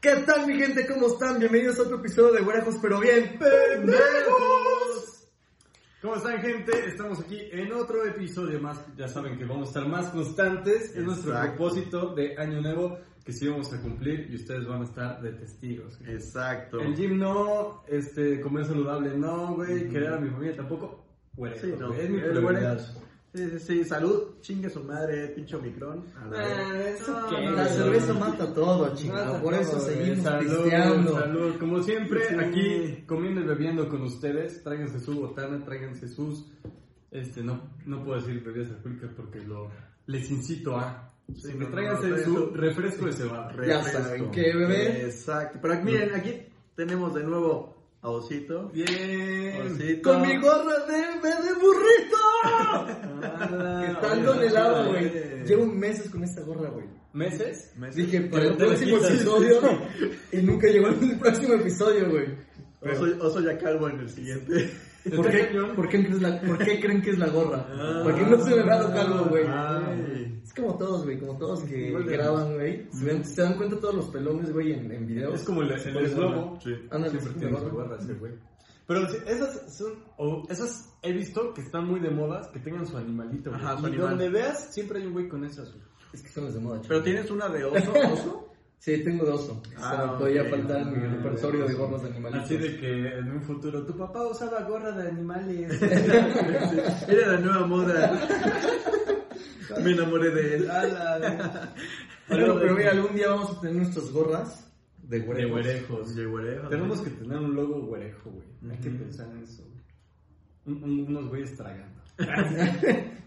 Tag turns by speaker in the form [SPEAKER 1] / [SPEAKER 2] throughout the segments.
[SPEAKER 1] ¿Qué tal mi gente? ¿Cómo están? Bienvenidos a otro episodio de Güerajos, pero bien pendejos.
[SPEAKER 2] ¿Cómo están, gente? Estamos aquí en otro episodio más. Ya saben que vamos a estar más constantes. Es nuestro
[SPEAKER 1] Exacto.
[SPEAKER 2] propósito de año nuevo que sí vamos a cumplir y ustedes van a estar de testigos.
[SPEAKER 1] Exacto.
[SPEAKER 2] El gym no, este, comer saludable no, güey, querer a mi familia tampoco. Güey,
[SPEAKER 3] Sí, no.
[SPEAKER 2] es mi
[SPEAKER 3] El
[SPEAKER 2] prioridad.
[SPEAKER 3] güey- Sí, sí, sí, salud, chingue su madre, pincho micrón.
[SPEAKER 2] Ah, ¿eso qué,
[SPEAKER 1] La
[SPEAKER 2] güey?
[SPEAKER 1] cerveza mata todo, chingado.
[SPEAKER 2] Nada,
[SPEAKER 1] Ah, Por eso
[SPEAKER 2] todo, güey.
[SPEAKER 1] seguimos
[SPEAKER 2] salud,
[SPEAKER 1] pisteando.
[SPEAKER 2] Salud, eh, como siempre,
[SPEAKER 3] Sí.
[SPEAKER 2] aquí comiendo y bebiendo con ustedes. Tráiganse su botana, tráiganse sus. Este, no, no puedo decir bebidas alcohólicas porque lo, les incito a.
[SPEAKER 3] Sí,
[SPEAKER 2] que
[SPEAKER 3] no,
[SPEAKER 2] tráiganse
[SPEAKER 3] no, no,
[SPEAKER 2] su
[SPEAKER 3] no.
[SPEAKER 2] refresco de cebada.
[SPEAKER 1] Ya saben qué beber.
[SPEAKER 3] Exacto. Pero aquí, miren, aquí tenemos de nuevo a Osito.
[SPEAKER 2] Bien.
[SPEAKER 3] Osito.
[SPEAKER 1] Con mi gorra de, de burrito.
[SPEAKER 2] Ah,
[SPEAKER 1] que
[SPEAKER 2] oye,
[SPEAKER 1] tanto anhelaba,
[SPEAKER 2] oye,
[SPEAKER 1] güey.
[SPEAKER 2] oye.
[SPEAKER 1] Llevo meses con esta gorra, güey.
[SPEAKER 2] ¿Meses?
[SPEAKER 1] Dije, para el
[SPEAKER 2] Te la
[SPEAKER 1] próximo
[SPEAKER 2] quitas.
[SPEAKER 1] episodio. Y nunca llegó el próximo episodio, güey.
[SPEAKER 3] Oso, oso ya calvo en el siguiente.
[SPEAKER 1] ¿Por
[SPEAKER 2] Está
[SPEAKER 1] qué,
[SPEAKER 2] cañón.
[SPEAKER 1] por qué crees la- por qué creen que es la gorra? Porque no se me va a calvo, güey.
[SPEAKER 2] Ah,
[SPEAKER 1] Es como todos, güey, como todos que
[SPEAKER 2] Igual de
[SPEAKER 1] graban, güey. Se, ven- se dan cuenta todos los pelones, güey, en, en videos.
[SPEAKER 2] Es como el, el eslobo.
[SPEAKER 3] Sí.
[SPEAKER 1] Ándale,
[SPEAKER 2] Siempre
[SPEAKER 1] sí,
[SPEAKER 2] tiene
[SPEAKER 1] me
[SPEAKER 2] su
[SPEAKER 1] acuerdo.
[SPEAKER 2] barra ese güey. Pero sí, esas son, o esas he visto que están muy de modas, que tengan su animalito. güey.
[SPEAKER 3] Ajá, su
[SPEAKER 2] Y
[SPEAKER 3] animal.
[SPEAKER 2] Donde veas, siempre hay un güey con esas. güey.
[SPEAKER 1] Es que son las de moda,
[SPEAKER 3] Pero
[SPEAKER 1] chaval.
[SPEAKER 3] tienes una de oso, oso.
[SPEAKER 1] Sí, tengo de oso.
[SPEAKER 3] Ah,
[SPEAKER 1] Exacto,
[SPEAKER 3] ok.
[SPEAKER 1] todavía falta en mi
[SPEAKER 2] Ah,
[SPEAKER 1] repertorio
[SPEAKER 2] de
[SPEAKER 1] de
[SPEAKER 2] oso.
[SPEAKER 1] gorras de animalitos.
[SPEAKER 2] Así de que en un futuro tu papá usaba gorra de animales.
[SPEAKER 3] Mira la nueva moda. Me enamoré de él.
[SPEAKER 2] Ala,
[SPEAKER 1] Bueno, pero mira, algún día vamos a tener nuestras gorras de
[SPEAKER 2] güey. de
[SPEAKER 1] güerejos.
[SPEAKER 2] güerejos.
[SPEAKER 3] De güerejo.
[SPEAKER 2] Tenemos que tener un logo güerejo, güey. Hay que pensar en eso. güey. Un- un- unos güeyes tragando.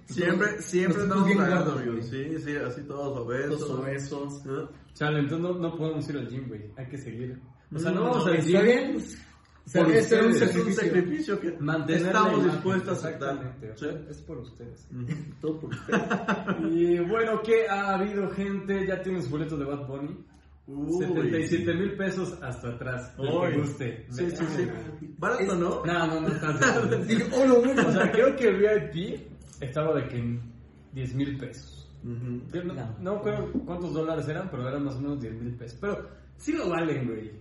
[SPEAKER 3] Siempre,
[SPEAKER 1] Nosotros
[SPEAKER 3] siempre estamos
[SPEAKER 1] bien
[SPEAKER 3] tragando,
[SPEAKER 1] gordos,
[SPEAKER 3] amigos. Sí, sí, así todos obesos.
[SPEAKER 1] Los obesos.
[SPEAKER 3] ¿no?
[SPEAKER 2] Chale, entonces no, no podemos ir al gym, güey. Hay que seguir. O sea, no
[SPEAKER 3] Mm,
[SPEAKER 2] vamos al gym.
[SPEAKER 1] ¿Está bien? O sea,
[SPEAKER 2] Por
[SPEAKER 1] ese era Este un
[SPEAKER 2] ustedes,
[SPEAKER 3] Es un
[SPEAKER 1] sacrificio.
[SPEAKER 3] sacrificio que
[SPEAKER 2] Mantener la
[SPEAKER 3] estamos
[SPEAKER 2] imagen,
[SPEAKER 3] dispuestos a aceptar.
[SPEAKER 2] exactamente, o
[SPEAKER 3] Sí.
[SPEAKER 2] sea, Es por ustedes.
[SPEAKER 1] Todo por ustedes.
[SPEAKER 2] Y bueno, ¿qué ha habido, gente? Ya tienen su boleto de Bad Bunny.
[SPEAKER 3] Uy.
[SPEAKER 2] 77 mil pesos hasta atrás. del
[SPEAKER 3] Uy.
[SPEAKER 2] que guste.
[SPEAKER 3] Sí, sí, sí. Barato, ¿no?
[SPEAKER 2] No, no, no tanto.
[SPEAKER 1] Dije, oh, lo bueno.
[SPEAKER 2] o sea, creo que el VIP estaba de que en 10 mil pesos. Yo no,
[SPEAKER 1] No.
[SPEAKER 2] no creo cuántos dólares eran, pero eran más o menos 10 mil pesos. Pero sí lo valen, güey.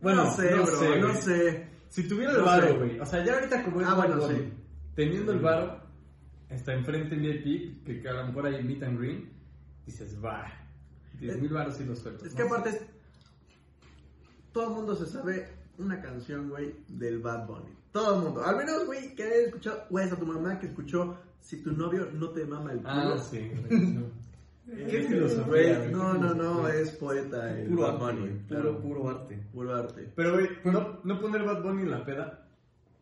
[SPEAKER 2] Bueno,
[SPEAKER 3] no sé, bro, no
[SPEAKER 2] güey.
[SPEAKER 3] sé.
[SPEAKER 2] Si tuviera el
[SPEAKER 3] No sé.
[SPEAKER 2] varo, güey. O sea, ya ahorita como es
[SPEAKER 3] Ah,
[SPEAKER 2] Bad
[SPEAKER 3] bueno,
[SPEAKER 2] Bunny,
[SPEAKER 3] sí.
[SPEAKER 2] teniendo el varo, está enfrente en VIP, que a lo mejor hay meet and green, dices, va, 10 mil varos y los suelto.
[SPEAKER 3] Es
[SPEAKER 2] ¿no?
[SPEAKER 3] que aparte, es- todo el mundo se sabe una canción, güey, del Bad Bunny. Todo el mundo. Al menos, güey, que haya escuchado, güey, a tu mamá que escuchó, si tu novio no te mama el culo.
[SPEAKER 2] Ah, sí. no. Qué filosofía,
[SPEAKER 3] Güey,
[SPEAKER 2] güey,
[SPEAKER 3] no,
[SPEAKER 2] qué
[SPEAKER 3] no, no,
[SPEAKER 2] filosofía.
[SPEAKER 3] es poeta el
[SPEAKER 1] Puro
[SPEAKER 3] Bad
[SPEAKER 1] arte,
[SPEAKER 3] Bunny.
[SPEAKER 1] güey. Puro,
[SPEAKER 3] claro.
[SPEAKER 1] puro arte.
[SPEAKER 3] Puro arte.
[SPEAKER 2] Pero, güey, no, no poner Bad Bunny en la peda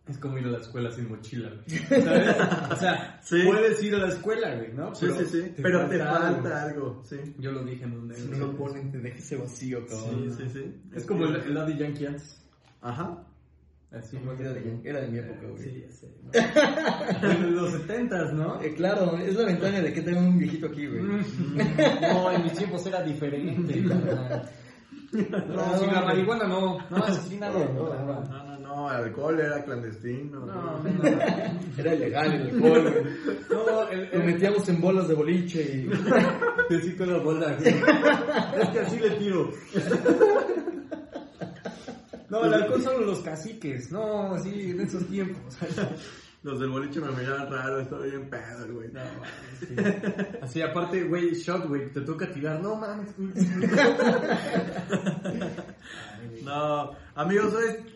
[SPEAKER 2] es como ir a la escuela sin mochila, güey. ¿Sabes? O sea,
[SPEAKER 3] Sí.
[SPEAKER 2] puedes ir a la escuela, güey, ¿no?
[SPEAKER 3] Sí, sí, sí. Pero te falta algo, sí.
[SPEAKER 2] algo. Yo lo dije en un
[SPEAKER 1] Si no lo ponen, te deja ese vacío, cabrón.
[SPEAKER 3] Sí, sí, sí.
[SPEAKER 2] Es como el, el Daddy Yankee antes.
[SPEAKER 3] Ajá.
[SPEAKER 2] Así,
[SPEAKER 1] Era de- Era de mi época, güey.
[SPEAKER 2] Sí, ya sé. ¿no? De los setentas, ¿no?
[SPEAKER 1] Eh, claro, es la ventaja de que tengo un viejito aquí, güey.
[SPEAKER 2] Mm. No, en mis tiempos era diferente. carnal. No, sin la marihuana no. No, así nada.
[SPEAKER 3] No,
[SPEAKER 2] No,
[SPEAKER 3] no, no, alcohol era clandestino.
[SPEAKER 2] no, no.
[SPEAKER 1] Era ilegal el alcohol, güey.
[SPEAKER 2] No, el,
[SPEAKER 1] Lo
[SPEAKER 2] el,
[SPEAKER 1] metíamos en bolas de boliche y...
[SPEAKER 2] Te sí con la bola. güey. Es que así le tiro. No, el alcohol son los caciques. No, así en esos tiempos.
[SPEAKER 3] Los del boliche me miraban raro, estaba bien pedo, el güey.
[SPEAKER 2] No, sí. Así, aparte, Eh, güey, shot, güey, te toca tirar. No mames. güey.
[SPEAKER 3] No, amigos, hoy,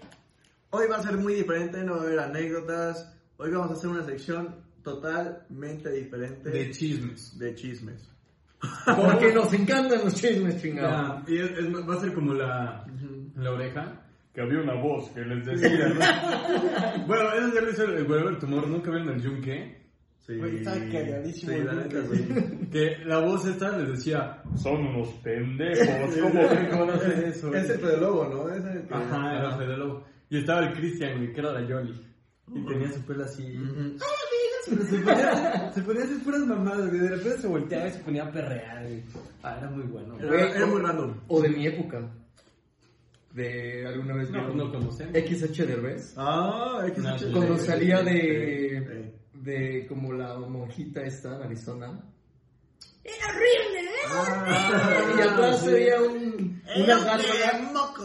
[SPEAKER 3] hoy va a ser muy diferente, no va a haber anécdotas. Hoy vamos a hacer una sección totalmente diferente
[SPEAKER 2] De chismes.
[SPEAKER 3] de chismes.
[SPEAKER 1] Porque nos encantan los chismes, chingado.
[SPEAKER 2] Ah, y es- es- va a ser como la, la oreja. Que había una voz que les decía, ¿no? bueno, eso ya lo hizo el Whatever Tomorrow. Nunca ven el Yunque.
[SPEAKER 3] Sí,
[SPEAKER 2] Güey, está cagadísimo
[SPEAKER 3] sí,
[SPEAKER 2] el
[SPEAKER 3] la neta,
[SPEAKER 2] Lucas,
[SPEAKER 3] güey.
[SPEAKER 2] güey. Que la voz esta les decía, son unos pendejos, ¿cómo ven cómo hacen eso? güey?"
[SPEAKER 3] Es el de lobo, ¿no? Es el que-
[SPEAKER 2] Ajá, era Fede Lobo. Y estaba el Cristian, güey, que era la Yoli. Y tenía su pelo así.
[SPEAKER 1] Mm.
[SPEAKER 3] Ujú.
[SPEAKER 2] Pero se ponía, se ponía a hacer puras mamadas, güey. De repente se volteaba y se ponía a perrear, güey. Ah, era muy bueno. güey.
[SPEAKER 3] Era, era muy random.
[SPEAKER 1] O de mi época. De alguna vez...
[SPEAKER 2] No,
[SPEAKER 1] vieron
[SPEAKER 2] no conocemos.
[SPEAKER 1] XH Derbez.
[SPEAKER 3] Ah, es que
[SPEAKER 2] No,
[SPEAKER 3] se-
[SPEAKER 2] sí,
[SPEAKER 1] Cuando
[SPEAKER 2] sí,
[SPEAKER 1] salía
[SPEAKER 3] Sí,
[SPEAKER 1] de... De como la monjita esta, Arizona.
[SPEAKER 4] ¡Era horrible,
[SPEAKER 1] Y atrás sería un, una gárgola.
[SPEAKER 3] moco!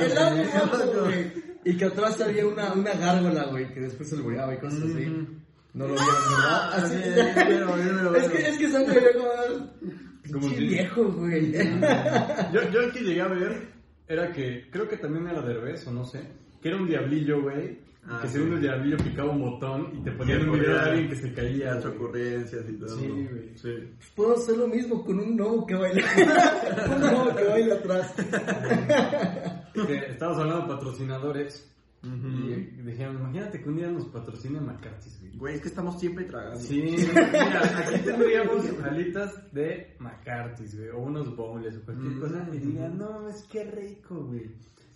[SPEAKER 1] El hombre loco, güey. Y que atrás había una, una gárgola, güey, que después se albureaba y cosas así. No lo vieron, ¿verdad? Así.
[SPEAKER 3] Ah, Sí, pero, pero,
[SPEAKER 1] Es que, es que Santo veía como...
[SPEAKER 2] Como
[SPEAKER 1] Pinche
[SPEAKER 2] si-
[SPEAKER 1] viejo, güey.
[SPEAKER 2] Yo, yo el que llegué a ver era que, creo que también era Derbez o no sé, que era un diablillo, güey.
[SPEAKER 3] Ah,
[SPEAKER 2] que
[SPEAKER 3] sí.
[SPEAKER 2] según el diablillo picaba un botón y te ponían
[SPEAKER 3] Sí,
[SPEAKER 2] un video de
[SPEAKER 3] podía-
[SPEAKER 2] alguien que se caía.
[SPEAKER 3] Las
[SPEAKER 2] güey.
[SPEAKER 3] ocurrencias y todo.
[SPEAKER 2] Sí, güey.
[SPEAKER 3] Sí.
[SPEAKER 1] Puedo hacer lo mismo con un gnomo que baila. un gnomo que baila atrás.
[SPEAKER 2] Que estábamos hablando de patrocinadores y dijeron, imagínate que un día nos patrocine McCarthy's, güey.
[SPEAKER 3] Güey, es que estamos siempre tragando.
[SPEAKER 2] Sí, mira, aquí tendríamos alitas de McCarthy's, güey, o unos bowls o cualquier
[SPEAKER 3] Mm.
[SPEAKER 2] cosa y digan, no, es que rico, güey.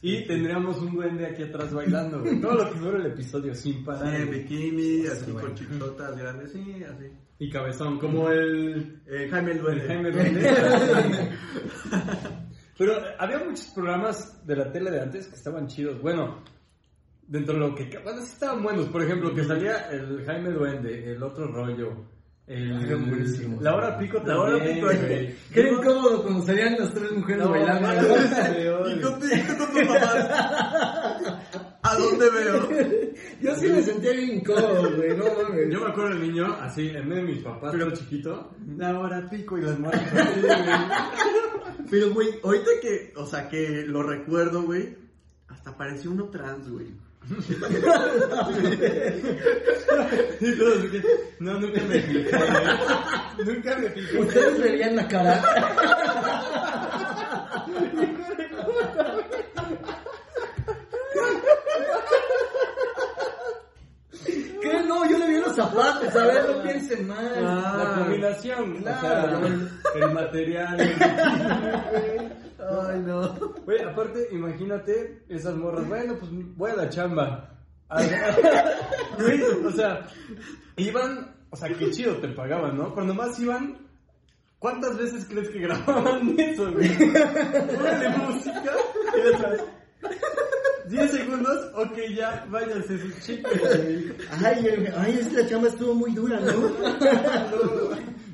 [SPEAKER 2] Y tendríamos un duende aquí atrás bailando, güey. Todo lo que dura el episodio sin
[SPEAKER 3] Sí,
[SPEAKER 2] parar.
[SPEAKER 3] en
[SPEAKER 2] güey.
[SPEAKER 3] Eh, bikini, así
[SPEAKER 2] bueno.
[SPEAKER 3] con chichotas grandes, sí, así.
[SPEAKER 2] Y cabezón, como el,
[SPEAKER 3] Eh, Jaime el
[SPEAKER 2] el
[SPEAKER 3] Duende.
[SPEAKER 2] Jaime Duende. Pero había muchos programas de la tele de antes que estaban chidos. Bueno, dentro de lo que. Bueno, sí estaban buenos. Por ejemplo, que salía el Jaime Duende, el otro rollo.
[SPEAKER 1] Ah, Eran
[SPEAKER 2] El,
[SPEAKER 1] buenísimos.
[SPEAKER 2] la hora pico
[SPEAKER 3] La hora
[SPEAKER 2] también,
[SPEAKER 3] pico,
[SPEAKER 2] güey.
[SPEAKER 1] Qué incómodo cuando salían las tres mujeres
[SPEAKER 2] No,
[SPEAKER 1] bailando.
[SPEAKER 2] no,
[SPEAKER 1] ¿no?
[SPEAKER 2] no,
[SPEAKER 3] ¿Y
[SPEAKER 2] no, no.
[SPEAKER 3] con, y con tu papá? ¿A dónde veo?
[SPEAKER 1] Yo sí me sentía bien incómodo, güey. No mames.
[SPEAKER 2] Yo me acuerdo del niño, así, en medio de mis papás, pero chiquito. La hora pico y las morras. así, güey.
[SPEAKER 3] Pero, güey, ahorita que, o sea, que lo recuerdo, güey, hasta pareció uno trans, güey.
[SPEAKER 2] Y todos así que, No, nunca me fijé. güey. Nunca me fijé.
[SPEAKER 1] Ustedes me veían la cara. ¿Qué? No, yo le vi los zapatos, a ver,
[SPEAKER 2] Ah.
[SPEAKER 1] no piensen mal.
[SPEAKER 2] La combinación,
[SPEAKER 1] Ah, claro.
[SPEAKER 2] o sea, el material.
[SPEAKER 3] Ay, no.
[SPEAKER 2] Güey, aparte, imagínate esas morras. Bueno, pues voy a la chamba. A- Güey, o sea, iban, o sea, qué chido te pagaban, ¿no? Pero nomás iban. ¿Cuántas veces crees que grababan eso, güey? Ponle música y ya sabes. 10 segundos, ok, ya, váyanse sus chicas, güey.
[SPEAKER 1] Ay, eh, ay, es que la chamba estuvo muy dura, ¿no?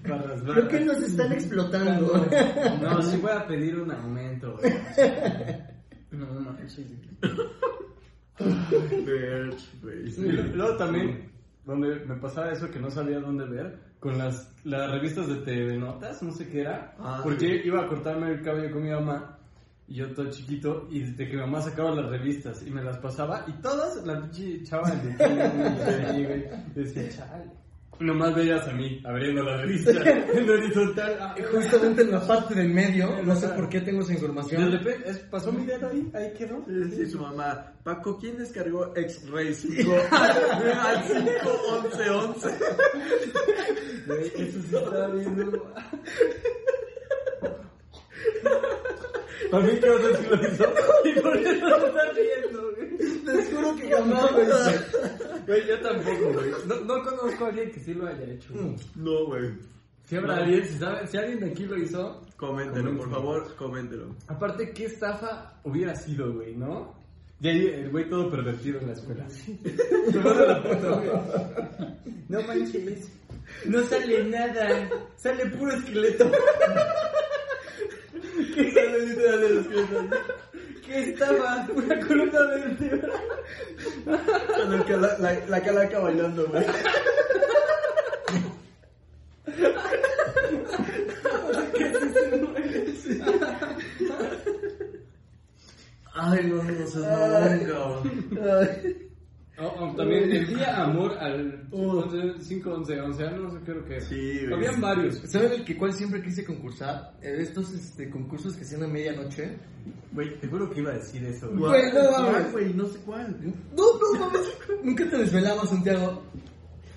[SPEAKER 2] Barras, barras.
[SPEAKER 1] Creo que nos están explotando.
[SPEAKER 2] No, sí voy a pedir un aumento, güey. No manches.
[SPEAKER 3] Verge, güey.
[SPEAKER 2] Y luego también, donde me pasaba eso que no sabía dónde ver, con las, las revistas de TV Notas, no sé qué era,
[SPEAKER 3] Ah,
[SPEAKER 2] porque iba a cortarme el cabello con mi mamá, y yo todo chiquito, y desde que mi mamá sacaba las revistas y me las pasaba, y todas las pinche chava en bikini, güey, güey, decía, chale. Nomás veías a mí abriendo la revista en horizontal. ah,
[SPEAKER 1] Justamente en la parte del medio, no sé por qué tengo esa
[SPEAKER 2] de
[SPEAKER 1] información.
[SPEAKER 2] repente, es- pasó mi dedo ahí, ahí quedó.
[SPEAKER 3] Sí, sí, su mamá. Paco, ¿quién descargó X-Ray 5 al 51111?
[SPEAKER 2] Güey, eso sí está viendo. También quiero decir lo hizo. Y por eso lo está viendo, güey.
[SPEAKER 1] Les juro que jamás lo hice.
[SPEAKER 2] Güey, yo tampoco, güey. No, no conozco a alguien que sí lo haya hecho. güey.
[SPEAKER 3] No, güey.
[SPEAKER 2] Si habrá alguien, si, sabe- si alguien de aquí lo hizo.
[SPEAKER 3] Coméntelo, por
[SPEAKER 2] Coméntelo.
[SPEAKER 3] favor, coméntelo.
[SPEAKER 2] Aparte, qué estafa hubiera sido, güey, ¿no? Y ahí el güey todo pervertido en la escuela. Tomando la foto, güey. No manches. No sale nada. Sale puro esqueleto. ¿Qué sale literal de los esqueletos? ¿Qué estaba? Una columna vertebral.
[SPEAKER 3] Con el cala- la, la calaca bailando, güey.
[SPEAKER 1] Ay, no, no seas mamón,
[SPEAKER 3] Ay,
[SPEAKER 1] cabrón.
[SPEAKER 2] O, o Oh, también el día amor al 11, 5, 11, 11 años, creo que.
[SPEAKER 3] Sí, güey.
[SPEAKER 2] Habían varios.
[SPEAKER 1] ¿Saben el que cuál siempre quise concursar? Eh, Estos este, concursos que hacían a medianoche.
[SPEAKER 2] Güey, te juro que iba a decir eso, güey.
[SPEAKER 1] Güey, no mames.
[SPEAKER 3] ¿Cuál, güey? No sé cuál.
[SPEAKER 1] No, no, mames. Nunca te desvelabas, Santiago.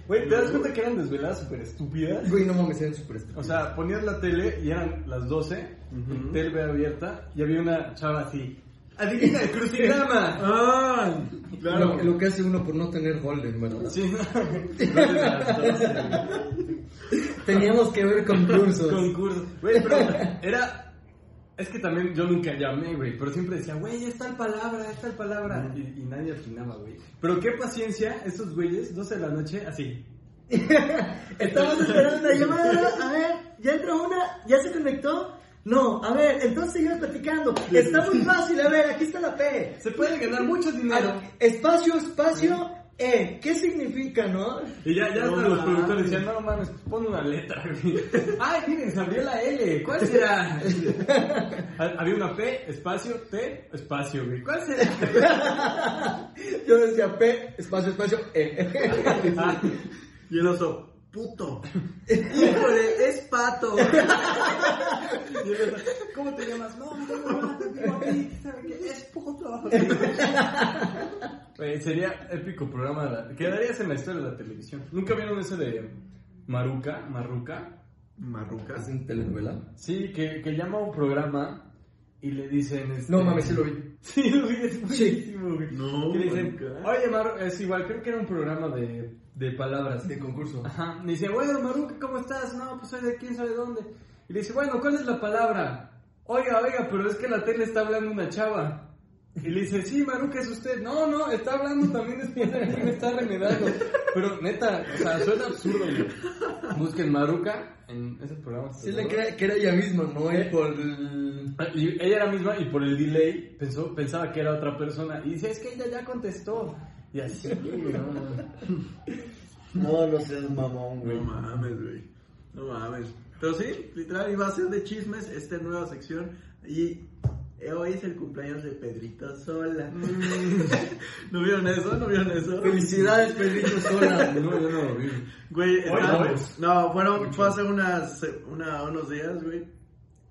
[SPEAKER 2] Güey, ¿te das cuenta que eran desveladas súper estúpidas?
[SPEAKER 1] Güey, no mames, eran súper estúpidos.
[SPEAKER 2] O sea, ponías la tele y eran las 12,
[SPEAKER 3] Ujú.
[SPEAKER 2] tele abierta, y había una chava así. ¡Adivina el crucigrama!
[SPEAKER 3] Ah,
[SPEAKER 1] Lo, lo que hace uno por no tener golden, ¿verdad?
[SPEAKER 2] Sí, no, era las 12,
[SPEAKER 1] Teníamos que ver concursos.
[SPEAKER 2] güey. concurso. Güey, pero era. Es que también yo nunca llamé, güey, pero siempre decía, güey, es tal palabra, es tal palabra. Y, y nadie afinaba, güey. Pero qué paciencia, esos güeyes, 12 de la noche, así.
[SPEAKER 1] Estamos esperando la llamada. A ver,
[SPEAKER 4] ya entró una, ya se conectó. No, a ver, entonces seguimos platicando. Está muy fácil, a ver, aquí está la P.
[SPEAKER 2] Se puede ganar mucho
[SPEAKER 4] Ah,
[SPEAKER 2] dinero.
[SPEAKER 4] Espacio, espacio, E. ¿Qué significa, no?
[SPEAKER 2] Y ya, ya
[SPEAKER 3] No
[SPEAKER 2] hasta los
[SPEAKER 3] mames.
[SPEAKER 2] productores decían, no mames, pon una letra. güey". Ay, miren, se abrió la L, ¿cuál será? Ha- Había una P, espacio, T, espacio, güey. ¿Cuál será?
[SPEAKER 1] Yo decía P, espacio, espacio, E.
[SPEAKER 2] Ah,
[SPEAKER 3] Y el oso, puto. Híjole, es pato.
[SPEAKER 2] y el otro, ¿Cómo te llamas? No, me llamo Juan, digo a ti, ¿sabe qué? Es puto. Güey, sería épico programa. de la- Quedarías en la historia de la televisión. ¿Nunca vieron ese de Maruca? ¿Maruca?
[SPEAKER 1] ¿Es
[SPEAKER 3] Marrucas.
[SPEAKER 1] en telenovela?
[SPEAKER 2] Sí, que, que llama a un programa y le dicen... este-
[SPEAKER 1] No mames, sí lo vi.
[SPEAKER 2] Sí, güey, es buenísimo, güey.
[SPEAKER 3] No,
[SPEAKER 2] Que le dicen,
[SPEAKER 3] nunca.
[SPEAKER 2] oye, Maru, es igual, creo que era un programa de, de palabras.
[SPEAKER 1] De concurso.
[SPEAKER 2] Ajá. Le dice, bueno, Maruca, ¿cómo estás? No, pues soy de quién sabe dónde. Y le dice, bueno, ¿cuál es la palabra? Oiga, oiga, pero es que la tele está hablando una chava. Y le dice, sí, Maruca, es usted. No, no, está hablando también, es que alguien está remedando. Pero, neta, o sea, suena absurdo, güey. Busquen Maruca en esos programas.
[SPEAKER 1] Sí, le crea que era ella misma, ¿no? Y por el...
[SPEAKER 2] Y ella era misma y por el delay pensó, pensaba que era otra persona. Y dice, es que ella ya contestó. Y así, güey, no, no.
[SPEAKER 1] No, no seas mamón,
[SPEAKER 3] No mames, güey. No mames. Pero sí, literal, iba a ser de chismes esta nueva sección. Y hoy es el cumpleaños de Pedrito Sola. ¿No vieron eso? ¿No vieron eso?
[SPEAKER 1] Felicidades, Pedrito Sola.
[SPEAKER 2] No, yo no lo vi.
[SPEAKER 3] Güey, estaba-
[SPEAKER 2] no.
[SPEAKER 3] no, fueron, fue hace unas, una- unos días, güey,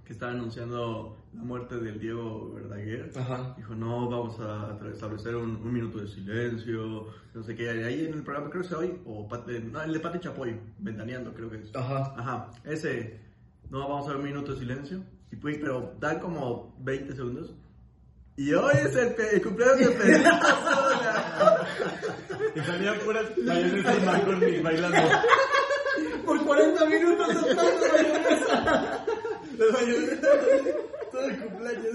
[SPEAKER 3] que estaba anunciando la muerte del Diego Verdaguer.
[SPEAKER 1] Ajá.
[SPEAKER 3] Dijo, no, vamos a tra- establecer un, un minuto de silencio, no sé qué. Ahí en el programa, creo que sea hoy, o Pate- no, el de Pate Chapoy, ventaneando, creo que es.
[SPEAKER 1] Ajá.
[SPEAKER 3] Ajá, ese, no, vamos a ver un minuto de silencio. Y pues, pero dan como 20 segundos. Y hoy es el, pe- el cumpleaños de Pedrito Sola.
[SPEAKER 2] Y salían puras mayonesas McCormick bailando.
[SPEAKER 4] Por 40 minutos
[SPEAKER 2] Las mayonesas,
[SPEAKER 1] Todo el cumpleaños.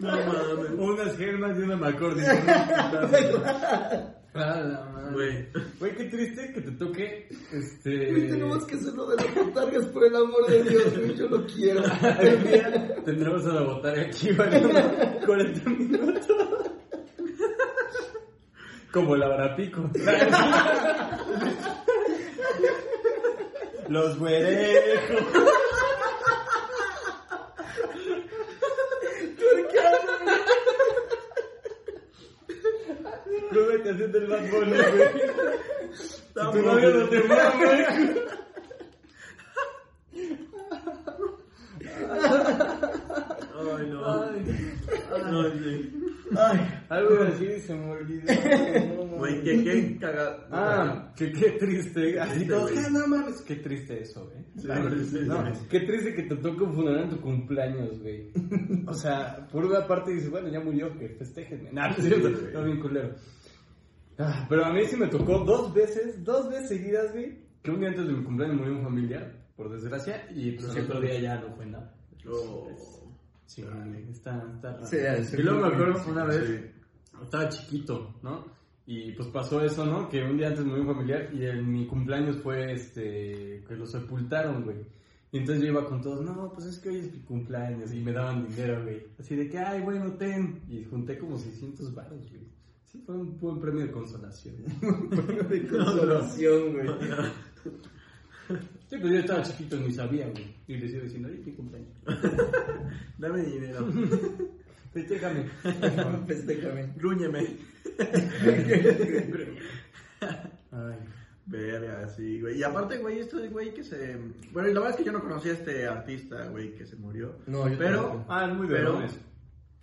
[SPEAKER 3] No mames.
[SPEAKER 2] unas germas y una McCormick. A la madre.
[SPEAKER 3] Güey.
[SPEAKER 2] Güey, qué triste que te toque,
[SPEAKER 1] Güey,
[SPEAKER 2] este...
[SPEAKER 1] Tenemos que hacerlo de las botargas, por el amor de Dios, güey, yo lo quiero.
[SPEAKER 2] Algún día Tendremos a la botarga aquí, ¿vale? 40 minutos. Como el abrapico. Los güerejos. Tú vete haciendo el Bad Bunny, güey. Tu novio no te va, güey.
[SPEAKER 3] Ay, no. Ay, sí.
[SPEAKER 1] Ay,
[SPEAKER 2] Algo así se me olvidó.
[SPEAKER 3] Güey, qué, qué cagado.
[SPEAKER 2] Ah, que qué triste. Así
[SPEAKER 3] Triste,
[SPEAKER 2] todos,
[SPEAKER 3] güey.
[SPEAKER 2] "Ah, no mames, qué triste eso, ¿eh?
[SPEAKER 3] Sí, sí, sí,
[SPEAKER 2] No,
[SPEAKER 3] sí.
[SPEAKER 2] Qué triste que te toque un funeral en tu cumpleaños, güey. O sea, por una parte dices, bueno, ya murió, que festejenme. Nah, no, es cierto,
[SPEAKER 3] güey.
[SPEAKER 2] no, bien culero. Ah, pero a mí sí me tocó dos veces, dos veces seguidas, güey, que un día antes de mi cumpleaños murió un familiar, por desgracia, y pues el otro día ya no fue nada.
[SPEAKER 3] Oh.
[SPEAKER 2] Sí, vale, está, está raro.
[SPEAKER 1] Sí, sí,
[SPEAKER 2] y luego me
[SPEAKER 1] sí,
[SPEAKER 2] acuerdo una vez,
[SPEAKER 3] sí.
[SPEAKER 2] estaba chiquito, ¿no? Y pues pasó eso, ¿no? Que un día antes murió un familiar y en mi cumpleaños fue este, que lo sepultaron, güey. Y entonces yo iba con todos, no, pues es que hoy es mi cumpleaños y me daban dinero, güey. Así de que, ay, bueno, ten. Y junté como 600 baros, güey. Sí, fue un buen premio de consolación.
[SPEAKER 1] de consolación, güey.
[SPEAKER 2] Sí, pero yo estaba chiquito y ni sabía, güey. Y les iba diciendo, ay, mi cumpleaños.
[SPEAKER 3] Dame dinero.
[SPEAKER 2] Festejame.
[SPEAKER 1] Festéjame.
[SPEAKER 3] Grúñeme.
[SPEAKER 2] Ay.
[SPEAKER 3] Verga, sí, güey. Y aparte, güey, esto es, güey, que se... Bueno, y la verdad es que yo no conocía a este artista, güey, que se murió.
[SPEAKER 1] No, yo
[SPEAKER 3] Pero-
[SPEAKER 1] tampoco.
[SPEAKER 2] Ah, es muy
[SPEAKER 3] Pero-
[SPEAKER 2] verón eso.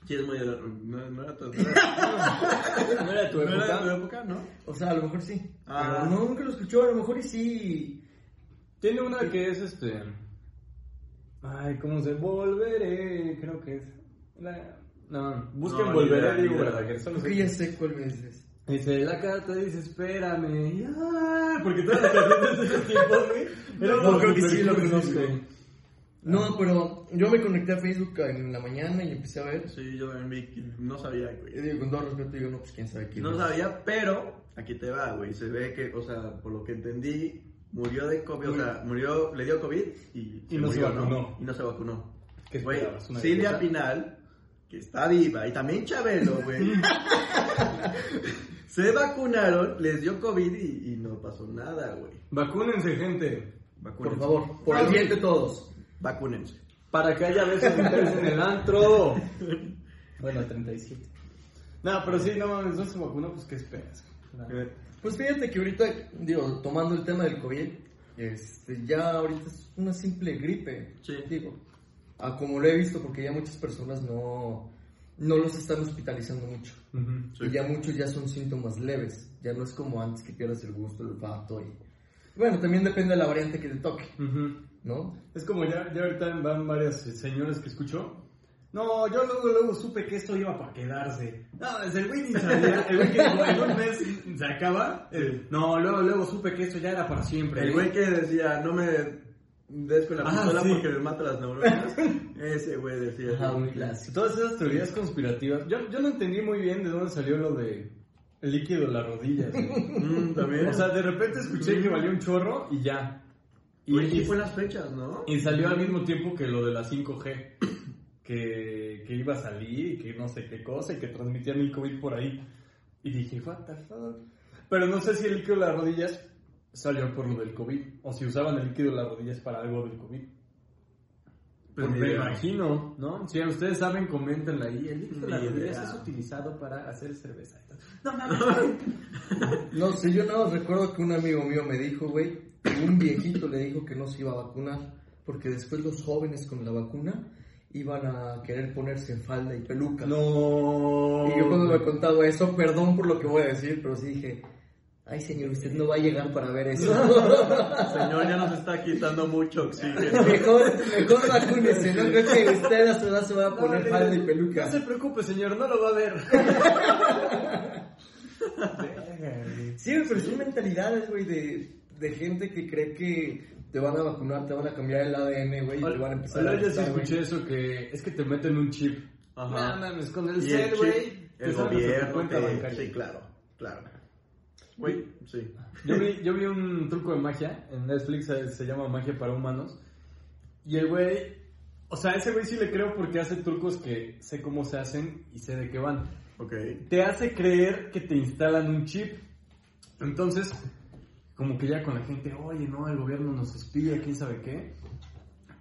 [SPEAKER 3] Sí, es muy... No, no era tan... No era
[SPEAKER 2] No era tu
[SPEAKER 3] no era de tu
[SPEAKER 2] época.
[SPEAKER 3] época, ¿no?
[SPEAKER 1] O sea, a lo mejor sí.
[SPEAKER 3] Ah.
[SPEAKER 1] Pero no, nunca lo escuchó, a lo mejor y sí.
[SPEAKER 2] Tiene una que es este. Ay, ¿cómo se volveré? Creo que es. La... No, busquen
[SPEAKER 3] No, ni idea,
[SPEAKER 2] volveré,
[SPEAKER 3] ni
[SPEAKER 2] digo,
[SPEAKER 3] idea.
[SPEAKER 2] Verdaguer. Solo
[SPEAKER 1] Creo
[SPEAKER 2] sé.
[SPEAKER 1] que ya sé cuál me dices.
[SPEAKER 2] Dice, la carta dice, espérame. y, ay, porque todas las canciones de esos tiempos, güey.
[SPEAKER 1] No,
[SPEAKER 2] como
[SPEAKER 1] creo que sí lo conozco.
[SPEAKER 2] supercursis, güey.
[SPEAKER 1] No, pero yo me conecté a Facebook en la mañana y empecé a ver.
[SPEAKER 3] Sí, yo también vi... que No sabía,
[SPEAKER 1] Y
[SPEAKER 3] güey.
[SPEAKER 1] digo, con todo respeto, digo, no, pues quién sabe quién
[SPEAKER 3] No
[SPEAKER 1] es.
[SPEAKER 3] sabía, pero... Aquí te va, güey. Se ve que, o sea, por lo que entendí, murió de COVID, o sea, murió, le dio COVID y,
[SPEAKER 2] Y no se
[SPEAKER 3] murió,
[SPEAKER 2] vacunó.
[SPEAKER 3] Y no se vacunó.
[SPEAKER 2] ¿Qué
[SPEAKER 3] Güey,
[SPEAKER 2] esperabas? Una
[SPEAKER 3] Silvia
[SPEAKER 2] cosa.
[SPEAKER 3] Pinal, que está viva, y también Chabelo, güey. se vacunaron, les dio COVID y, y no pasó nada, güey.
[SPEAKER 2] Vacúnense, gente.
[SPEAKER 1] Por
[SPEAKER 3] Vacúnense.
[SPEAKER 1] favor,
[SPEAKER 3] Ah,
[SPEAKER 1] por el bien de todos.
[SPEAKER 3] Vacúnense.
[SPEAKER 2] Para que haya besos intensos en el antro. Bueno, 37. No, pero sí, no mames, no se vacunó, pues qué esperas.
[SPEAKER 1] Pues fíjate que ahorita, digo, tomando el tema del COVID, este, ya ahorita es una simple gripe.
[SPEAKER 3] Sí.
[SPEAKER 1] Digo, a como lo he visto, porque ya muchas personas no, no los están hospitalizando mucho.
[SPEAKER 3] Sí.
[SPEAKER 1] Y ya muchos ya son síntomas leves. Ya no es como antes que pierdas el gusto, el olfato y... Bueno, también depende de la variante que te toque,
[SPEAKER 2] Ujú.
[SPEAKER 1] ¿no?
[SPEAKER 2] Es como ya, ya ahorita van varias eh, señoras que escucho. No, yo luego, luego supe que esto iba para quedarse. No, desde el güey ni sabía. El güey que dijo, en un mes se acaba. El, no, luego, luego supe que esto ya era para siempre.
[SPEAKER 3] El güey que decía, no me des con la
[SPEAKER 2] Ah,
[SPEAKER 3] pistola
[SPEAKER 2] sí.
[SPEAKER 3] porque me mata las neuronas. Ese güey decía.
[SPEAKER 1] Ajá, un
[SPEAKER 3] güey.
[SPEAKER 1] clásico.
[SPEAKER 2] Todas esas teorías conspirativas. Yo, yo no entendí muy bien de dónde salió lo de el líquido de las rodillas. güey.
[SPEAKER 3] Mm, también.
[SPEAKER 2] o sea, de repente escuché que valió un chorro y ya. Y,
[SPEAKER 3] Güey, sí
[SPEAKER 2] y-
[SPEAKER 3] fue en las fechas, ¿no?
[SPEAKER 2] y salió al mismo tiempo que lo de la 5G. Que, que iba a salir y que no sé qué cosa y que transmitían el COVID por ahí. Y dije, what the fuck. Pero no sé si el líquido de las rodillas salió por lo del COVID. O si usaban el líquido de las rodillas para algo del COVID.
[SPEAKER 3] Pues
[SPEAKER 2] Pues
[SPEAKER 3] ni
[SPEAKER 2] me
[SPEAKER 3] idea.
[SPEAKER 2] imagino, ¿no? Si ustedes saben, coméntenla ahí. El líquido de las
[SPEAKER 3] Ni
[SPEAKER 2] rodillas
[SPEAKER 3] idea.
[SPEAKER 2] es utilizado para hacer cerveza.
[SPEAKER 1] No sé, yo nada más recuerdo que un amigo mío me dijo, güey, que un viejito le dijo que no se iba a vacunar, porque después los jóvenes con la vacuna iban a querer ponerse falda y peluca.
[SPEAKER 2] No.
[SPEAKER 1] Y yo cuando me contaba eso, perdón por lo que voy a decir, pero sí dije, ay señor, usted no va a llegar para ver eso.
[SPEAKER 3] Señor, ya nos está quitando mucho oxígeno.
[SPEAKER 1] mejor, mejor vacúnese, no creo que usted a su edad se va a
[SPEAKER 2] No,
[SPEAKER 1] poner
[SPEAKER 2] no,
[SPEAKER 1] falda y
[SPEAKER 2] no,
[SPEAKER 1] peluca.
[SPEAKER 2] No se preocupe, señor, no lo va a ver.
[SPEAKER 1] Sí, güey, pero son mentalidades, güey, de, de gente que cree que te van a vacunar, te van a cambiar el ADN, güey, y te van a empezar a
[SPEAKER 2] Ahora ya sí
[SPEAKER 1] asustar, güey.
[SPEAKER 2] escuché eso que es que te meten un chip.
[SPEAKER 3] Ajá.
[SPEAKER 2] No mames, con el
[SPEAKER 3] Y el
[SPEAKER 2] cel,
[SPEAKER 3] chip,
[SPEAKER 2] güey. te sacas de
[SPEAKER 3] El
[SPEAKER 2] tu
[SPEAKER 3] gobierno.
[SPEAKER 2] cuenta
[SPEAKER 3] te-
[SPEAKER 2] bancaria.
[SPEAKER 3] sí, claro, claro. Güey, sí.
[SPEAKER 2] Yo vi, yo vi un truco de magia en Netflix, eh, se llama Magia para Humanos. Y el güey, o sea, ese güey sí le creo porque hace trucos que sé cómo se hacen y sé de qué van.
[SPEAKER 3] Ok.
[SPEAKER 2] Te hace creer que te instalan un chip. Entonces, como que ya con la gente, oye, no, el gobierno nos espía, quién sabe qué.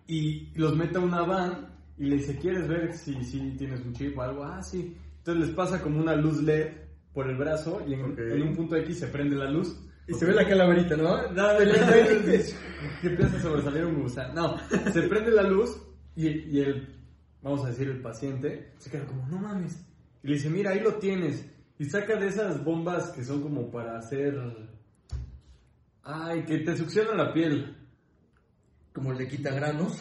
[SPEAKER 2] Y los mete a una van y le dice, ¿quieres ver si, si tienes un chip o algo? Ah, sí. Entonces les pasa como una luz LED por el brazo y en,
[SPEAKER 3] Ok.
[SPEAKER 2] en un punto X se prende la luz.
[SPEAKER 1] Y se ve la calaverita, ¿no?
[SPEAKER 2] No, de las veces que empieza a sobresalir un gusano. No, se prende la luz y, y el, vamos a decir, el paciente se queda como, no mames. Y le dice, mira, ahí lo tienes. Y saca de esas bombas que son como para hacer... Ay, que te succionan la piel.
[SPEAKER 1] Como le quita granos.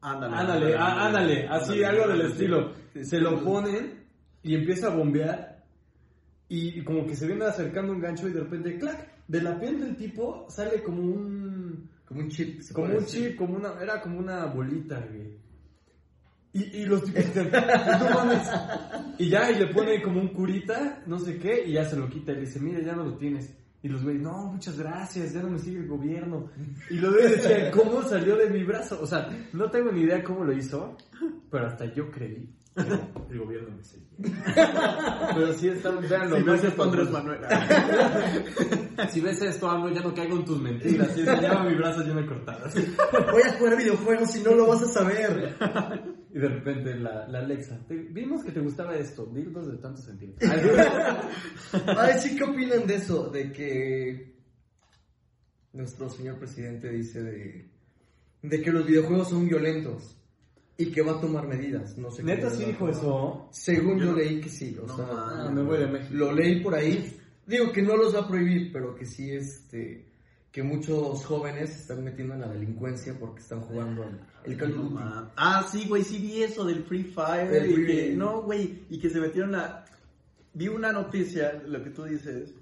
[SPEAKER 3] Ándale.
[SPEAKER 2] Ándale, á- ándale, así algo del estilo.
[SPEAKER 1] Sí,
[SPEAKER 2] Se
[SPEAKER 1] sí,
[SPEAKER 2] lo
[SPEAKER 1] sí.
[SPEAKER 2] ponen y empieza a bombear y y como que se viene acercando un gancho y de repente, clac, de la piel del tipo sale como un...
[SPEAKER 1] Como un chip. se
[SPEAKER 2] Como
[SPEAKER 1] puede
[SPEAKER 2] un
[SPEAKER 1] decir.
[SPEAKER 2] chip, como una, era como una bolita, güey. Y, y los tipos dicen, "No mames". Y ya, y le pone como un curita, no sé qué, y ya se lo quita. Y le dice, mira, ya no lo tienes. Y los güeyes, no, muchas gracias, ya no me sigue el gobierno. Y los güeyes decían, ¿cómo salió de mi brazo? O sea, no tengo ni idea cómo lo hizo, pero hasta yo creí que el gobierno me seguía. Pero sí, están, veanlo.
[SPEAKER 3] Si
[SPEAKER 2] no
[SPEAKER 3] ves
[SPEAKER 2] sé
[SPEAKER 3] esto,
[SPEAKER 2] por
[SPEAKER 3] Andrés
[SPEAKER 2] qué.
[SPEAKER 3] Manuel.
[SPEAKER 2] Si ves esto, AMLO, ya no caigo en tus mentiras. Y enseñaba mi brazo lleno de cortadas.
[SPEAKER 1] Voy a jugar videojuegos y no lo vas a saber.
[SPEAKER 2] Y de repente la, la Alexa, "Te- vimos que te gustaba esto, dildos de tanto sentido.
[SPEAKER 1] Ay, sí, ¿qué opinan de eso? De que nuestro señor presidente dice de, de que los videojuegos son violentos y que va a tomar medidas. No sé
[SPEAKER 2] Neta
[SPEAKER 1] qué
[SPEAKER 2] sí
[SPEAKER 1] va a
[SPEAKER 2] dijo
[SPEAKER 1] tomar.
[SPEAKER 2] eso.
[SPEAKER 1] Según
[SPEAKER 3] Yo
[SPEAKER 1] yo,
[SPEAKER 3] no-
[SPEAKER 1] leí que sí. O
[SPEAKER 3] no
[SPEAKER 1] sea,
[SPEAKER 3] mames.
[SPEAKER 2] Ah, me voy de México.
[SPEAKER 1] lo leí por ahí. Digo que no los va a prohibir, pero que sí, este, que muchos jóvenes se están metiendo en la delincuencia porque están jugando al- el Call of
[SPEAKER 3] No,
[SPEAKER 1] Duty.
[SPEAKER 3] ma. Ah, sí, güey, sí vi eso del Free Fire.
[SPEAKER 1] Del
[SPEAKER 3] y
[SPEAKER 1] Free-
[SPEAKER 3] que- no, güey, y que se metieron a... Vi una noticia, lo que tú dices,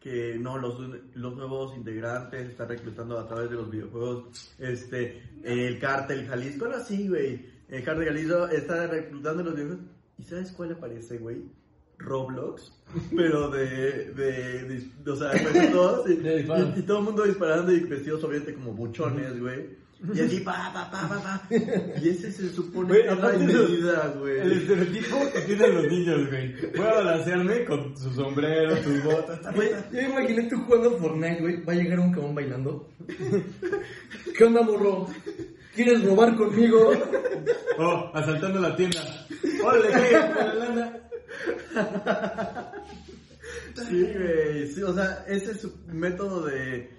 [SPEAKER 3] que no, los, los nuevos integrantes están reclutando a través de los videojuegos. Este, el cártel Jalisco, no, sí, güey. El cártel Jalisco está reclutando a los videojuegos. ¿Y sabes cuál aparece, güey? Roblox, pero de, de, de- o sea, pues, todos, y,
[SPEAKER 2] De disparo.
[SPEAKER 3] y- y todo el mundo disparando y vestidos obviamente como buchones, güey. Y así, pa, pa, pa, pa, pa. Y ese se supone
[SPEAKER 2] Güey,
[SPEAKER 3] que es la
[SPEAKER 2] aparte los-
[SPEAKER 3] medida,
[SPEAKER 2] El
[SPEAKER 3] güey.
[SPEAKER 2] estereotipo que tienen los niños, güey. Voy a balancearme con su sombrero, sus botas. tal,
[SPEAKER 3] Güey,
[SPEAKER 1] Yo me imaginé tú jugando Fortnite, güey. Va a llegar un cabrón bailando. ¿Qué onda, morro? ¿Quieres robar conmigo?
[SPEAKER 2] Oh, asaltando la tienda. ¡Órale, güey! la lana!
[SPEAKER 3] Sí, güey, sí, o sea, ese es su método de,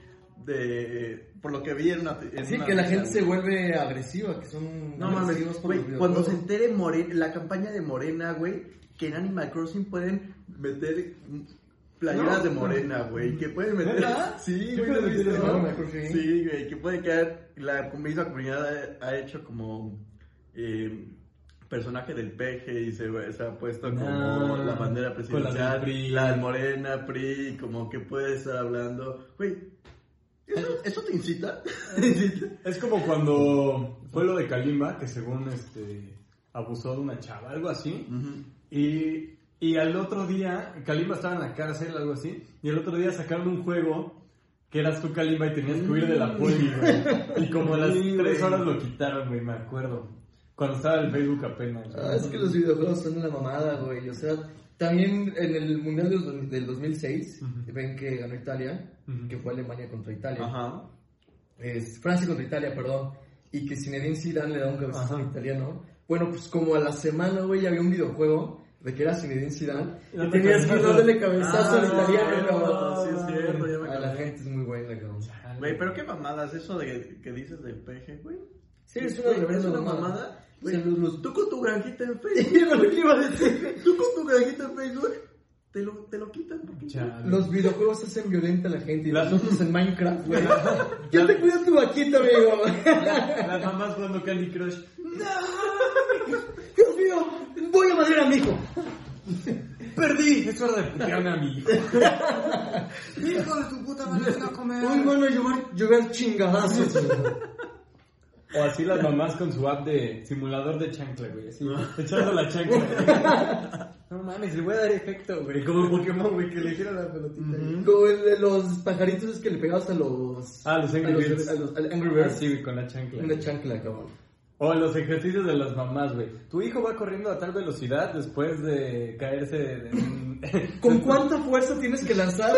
[SPEAKER 3] de, por lo que vi en una... en
[SPEAKER 1] Así
[SPEAKER 3] una
[SPEAKER 1] que la
[SPEAKER 3] vez,
[SPEAKER 1] gente se
[SPEAKER 3] güey.
[SPEAKER 1] vuelve agresiva, que son
[SPEAKER 3] No mames,
[SPEAKER 1] agresivos por
[SPEAKER 3] güey,
[SPEAKER 1] los
[SPEAKER 3] cuando se
[SPEAKER 1] videojuegos.
[SPEAKER 3] entere Morena, la campaña de Morena, güey, que en Animal Crossing pueden meter mm, playeras
[SPEAKER 2] No.
[SPEAKER 3] de Morena, güey, que pueden meter...
[SPEAKER 2] ¿Neta?
[SPEAKER 3] Sí,
[SPEAKER 2] ¿Qué
[SPEAKER 3] güey, ¿no
[SPEAKER 2] pueden
[SPEAKER 3] viste,
[SPEAKER 2] meter en
[SPEAKER 3] no?
[SPEAKER 1] Animal Crossing?
[SPEAKER 3] Sí, güey, que pueden quedar, la misma comunidad ha, ha hecho como... eh, personaje del peje y se, se ha puesto como
[SPEAKER 2] Ah,
[SPEAKER 3] la bandera
[SPEAKER 2] con la del
[SPEAKER 3] presidencial,
[SPEAKER 2] PRI.
[SPEAKER 3] la del Morena, PRI, como que puede estar hablando, güey, ¿eso, eso te incita? ¿Te incita?
[SPEAKER 2] Es como cuando fue lo de Kalimba, que según este abusó de una chava, algo así.
[SPEAKER 3] Ujú.
[SPEAKER 2] Y, y al otro día, Kalimba estaba en la cárcel, algo así. Y el otro día sacaron un juego que eras tú Kalimba y tenías que huir de la poli, güey. Y como a las
[SPEAKER 3] Sí,
[SPEAKER 2] tres
[SPEAKER 3] güey.
[SPEAKER 2] horas lo quitaron, güey, me acuerdo. Cuando estaba el Facebook apenas. güey.
[SPEAKER 1] Ah, es que los videojuegos son una mamada, güey. O sea, también en el Mundial del dos- del 2006,
[SPEAKER 2] Ujú.
[SPEAKER 1] ven que ganó Italia,
[SPEAKER 2] Ujú.
[SPEAKER 1] que fue Alemania contra Italia.
[SPEAKER 3] Ajá.
[SPEAKER 1] es Francia contra Italia, perdón, y que Zinedine Zidane le da un cabezazo
[SPEAKER 2] Ajá.
[SPEAKER 1] al italiano. Bueno, pues como a la semana, güey, había un videojuego de que era Zinedine Zidane
[SPEAKER 2] Y dándole
[SPEAKER 1] y tenías que ir
[SPEAKER 2] cabezazo.
[SPEAKER 1] dándole cabezazo
[SPEAKER 3] Ah,
[SPEAKER 1] al
[SPEAKER 3] sí,
[SPEAKER 1] italiano,
[SPEAKER 3] cierto,
[SPEAKER 1] cabrón.
[SPEAKER 3] Sí, es cierto, ya me
[SPEAKER 1] A la
[SPEAKER 3] acordé.
[SPEAKER 1] gente es muy buena, cabrón.
[SPEAKER 3] Güey, pero qué mamadas eso de que dices del peje, güey.
[SPEAKER 1] Sí, es una,
[SPEAKER 3] Güey,
[SPEAKER 1] reverenda
[SPEAKER 3] ¿es una
[SPEAKER 1] mamada.
[SPEAKER 3] mamada.
[SPEAKER 1] Se
[SPEAKER 3] Güey,
[SPEAKER 1] los- los-
[SPEAKER 3] Tú con tu granjita en
[SPEAKER 1] Yo
[SPEAKER 3] Facebook.
[SPEAKER 1] era lo que iba a decir.
[SPEAKER 3] tú con tu granjita en Facebook. Te lo, te lo quitan. porque-
[SPEAKER 2] Chale.
[SPEAKER 1] Los videojuegos hacen violenta a la gente y
[SPEAKER 2] La-
[SPEAKER 1] nosotros en Minecraft, güey. Yo te cuido tu vaquita, amigo.
[SPEAKER 2] Las mamás jugando Candy Crush.
[SPEAKER 1] Dios mío, voy a madrear a mi hijo.
[SPEAKER 2] ¡Perdí! Es hora de putearme a mi hijo.
[SPEAKER 4] Hijo de tu puta madre, no comer.
[SPEAKER 1] Hoy van a llover, llover chingadazos, güey.
[SPEAKER 2] O así las mamás con su app de simulador de chancla, güey. Así, echando la chancla. güey. No mames, le voy a dar efecto, güey. Como Pokémon, güey, que le gira la pelotita. güey.
[SPEAKER 1] Como el de los pajaritos es que le pegabas a los.
[SPEAKER 2] Ah, los Angry
[SPEAKER 1] a
[SPEAKER 2] Birds.
[SPEAKER 1] A los, al Angry
[SPEAKER 2] Ah,
[SPEAKER 1] Birds.
[SPEAKER 2] sí, güey, con la chancla.
[SPEAKER 1] Una chancla, cabrón.
[SPEAKER 2] O los ejercicios de las mamás, güey. Tu hijo va corriendo a tal velocidad después de caerse de...
[SPEAKER 1] ¿Con cuánta fuerza tienes que lanzar?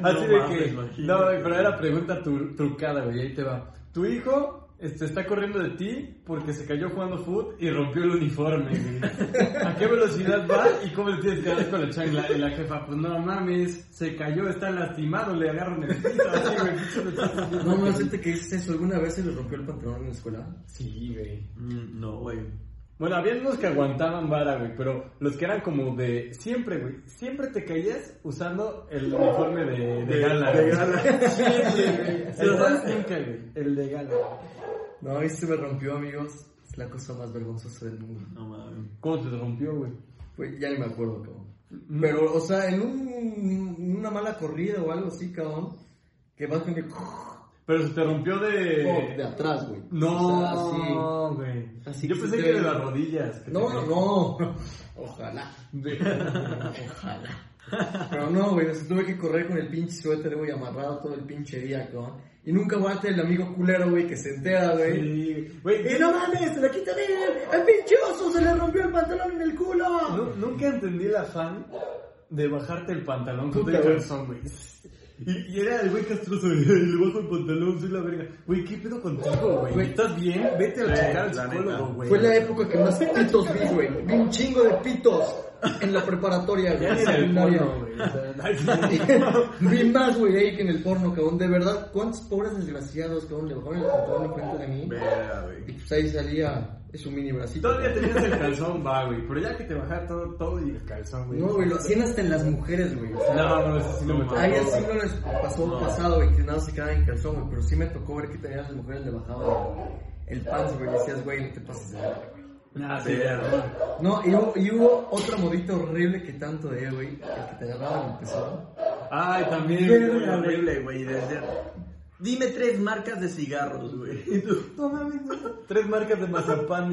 [SPEAKER 2] Así
[SPEAKER 3] No
[SPEAKER 2] de
[SPEAKER 3] mames,
[SPEAKER 2] que.
[SPEAKER 3] imagínate.
[SPEAKER 2] No, güey, pero era pregunta tru- trucada, güey. Ahí te va. Tu hijo este, está corriendo de ti porque se cayó jugando foot y rompió el uniforme, güey. ¿A qué velocidad va y cómo le tienes que dar con la chancla? Y la jefa, pues no mames, se cayó, está lastimado, le agarran el piso. Así, güey. pinche muchacho.
[SPEAKER 1] No, no, gente que es eso. ¿Alguna vez se le rompió el pantalón en la escuela?
[SPEAKER 2] Sí, güey.
[SPEAKER 3] Mm, no, güey.
[SPEAKER 2] Bueno, había unos que aguantaban vara, güey, pero los que eran como de siempre, güey. Siempre te caías usando el uniforme de, de, gala.
[SPEAKER 3] De
[SPEAKER 2] güey.
[SPEAKER 3] gala.
[SPEAKER 2] Sí, güey. El Sastinka, güey. El de gala.
[SPEAKER 1] No, y se me rompió, amigos. Es la cosa más vergonzosa del mundo.
[SPEAKER 3] No mames.
[SPEAKER 2] ¿Cómo se te rompió, güey?
[SPEAKER 1] Pues ya ni me acuerdo, cabrón. Pero, o sea, en un, una mala corrida o algo así, cabrón. Que vas con el.
[SPEAKER 2] Pero se te rompió
[SPEAKER 1] Oh, de
[SPEAKER 2] de.
[SPEAKER 1] atrás, güey. O
[SPEAKER 2] No, güey.
[SPEAKER 1] sea, así.
[SPEAKER 2] Yo
[SPEAKER 1] que
[SPEAKER 2] pensé
[SPEAKER 1] se
[SPEAKER 2] que
[SPEAKER 1] te-
[SPEAKER 2] de las rodillas. que
[SPEAKER 1] No,
[SPEAKER 2] te-
[SPEAKER 1] no, no. Ojalá. Ojalá. Pero no, güey, o sea, tuve que correr con el pinche suéter, güey, amarrado todo el pinche día, cabrón. Y nunca aguanta el amigo culero, güey, que se entera, güey.
[SPEAKER 2] Sí, güey.
[SPEAKER 4] Y
[SPEAKER 2] yo
[SPEAKER 4] no mames, la quita de él. El pinche oso se le rompió el pantalón en el culo.
[SPEAKER 2] nu- Nunca entendí el afán de bajarte el pantalón con tu
[SPEAKER 1] Puta, güey.
[SPEAKER 2] calzón, güey. Y, y era el güey castroso, güey, le bajo el pantalón, soy la verga. Güey, ¿qué pedo contigo, güey?
[SPEAKER 1] Güey.
[SPEAKER 2] ¿Estás bien? Vete a
[SPEAKER 3] Güey,
[SPEAKER 2] checar al
[SPEAKER 3] la
[SPEAKER 2] psicólogo,
[SPEAKER 3] neta.
[SPEAKER 2] güey.
[SPEAKER 1] Fue la época que más pitos vi, güey. Vi un chingo de pitos en la preparatoria, güey.
[SPEAKER 2] Ya
[SPEAKER 1] en
[SPEAKER 2] es
[SPEAKER 1] la
[SPEAKER 2] el
[SPEAKER 1] primaria.
[SPEAKER 2] porno, güey. o sea, ay, sí.
[SPEAKER 1] Vi más, güey, ahí que en el porno, cabrón. De verdad, ¿cuántos pobres desgraciados, cabrón, le bajaron el pantalón enfrente de mí?
[SPEAKER 3] Verga,
[SPEAKER 1] Y
[SPEAKER 3] güey.
[SPEAKER 1] pues ahí salía, es un mini bracito.
[SPEAKER 2] Todavía tenías el calzón, va, güey. Pero ya que te bajar todo, todo y el calzón, güey.
[SPEAKER 1] No, güey, lo hacían hasta en las mujeres, güey. o sea,
[SPEAKER 2] No, no, eso sí no me tocó.
[SPEAKER 1] Ahí
[SPEAKER 2] güey.
[SPEAKER 1] así no les pasó pasado, güey, que nada se quedaban en calzón, güey, pero sí me tocó ver que también a las mujeres le bajaban el pants, güey, y decías, güey, no te pases de verga, güey.
[SPEAKER 2] Nah, sí,
[SPEAKER 3] Verga.
[SPEAKER 1] No, y hubo, y hubo otra modita horrible que tanto de, güey, el que te agarraban el pezón.
[SPEAKER 2] Ay, también.
[SPEAKER 3] Muy
[SPEAKER 2] güey.
[SPEAKER 3] horrible, güey. y decía, Dime tres marcas de cigarros, güey. Y tú,
[SPEAKER 2] No mames, no. Tres marcas de mazapán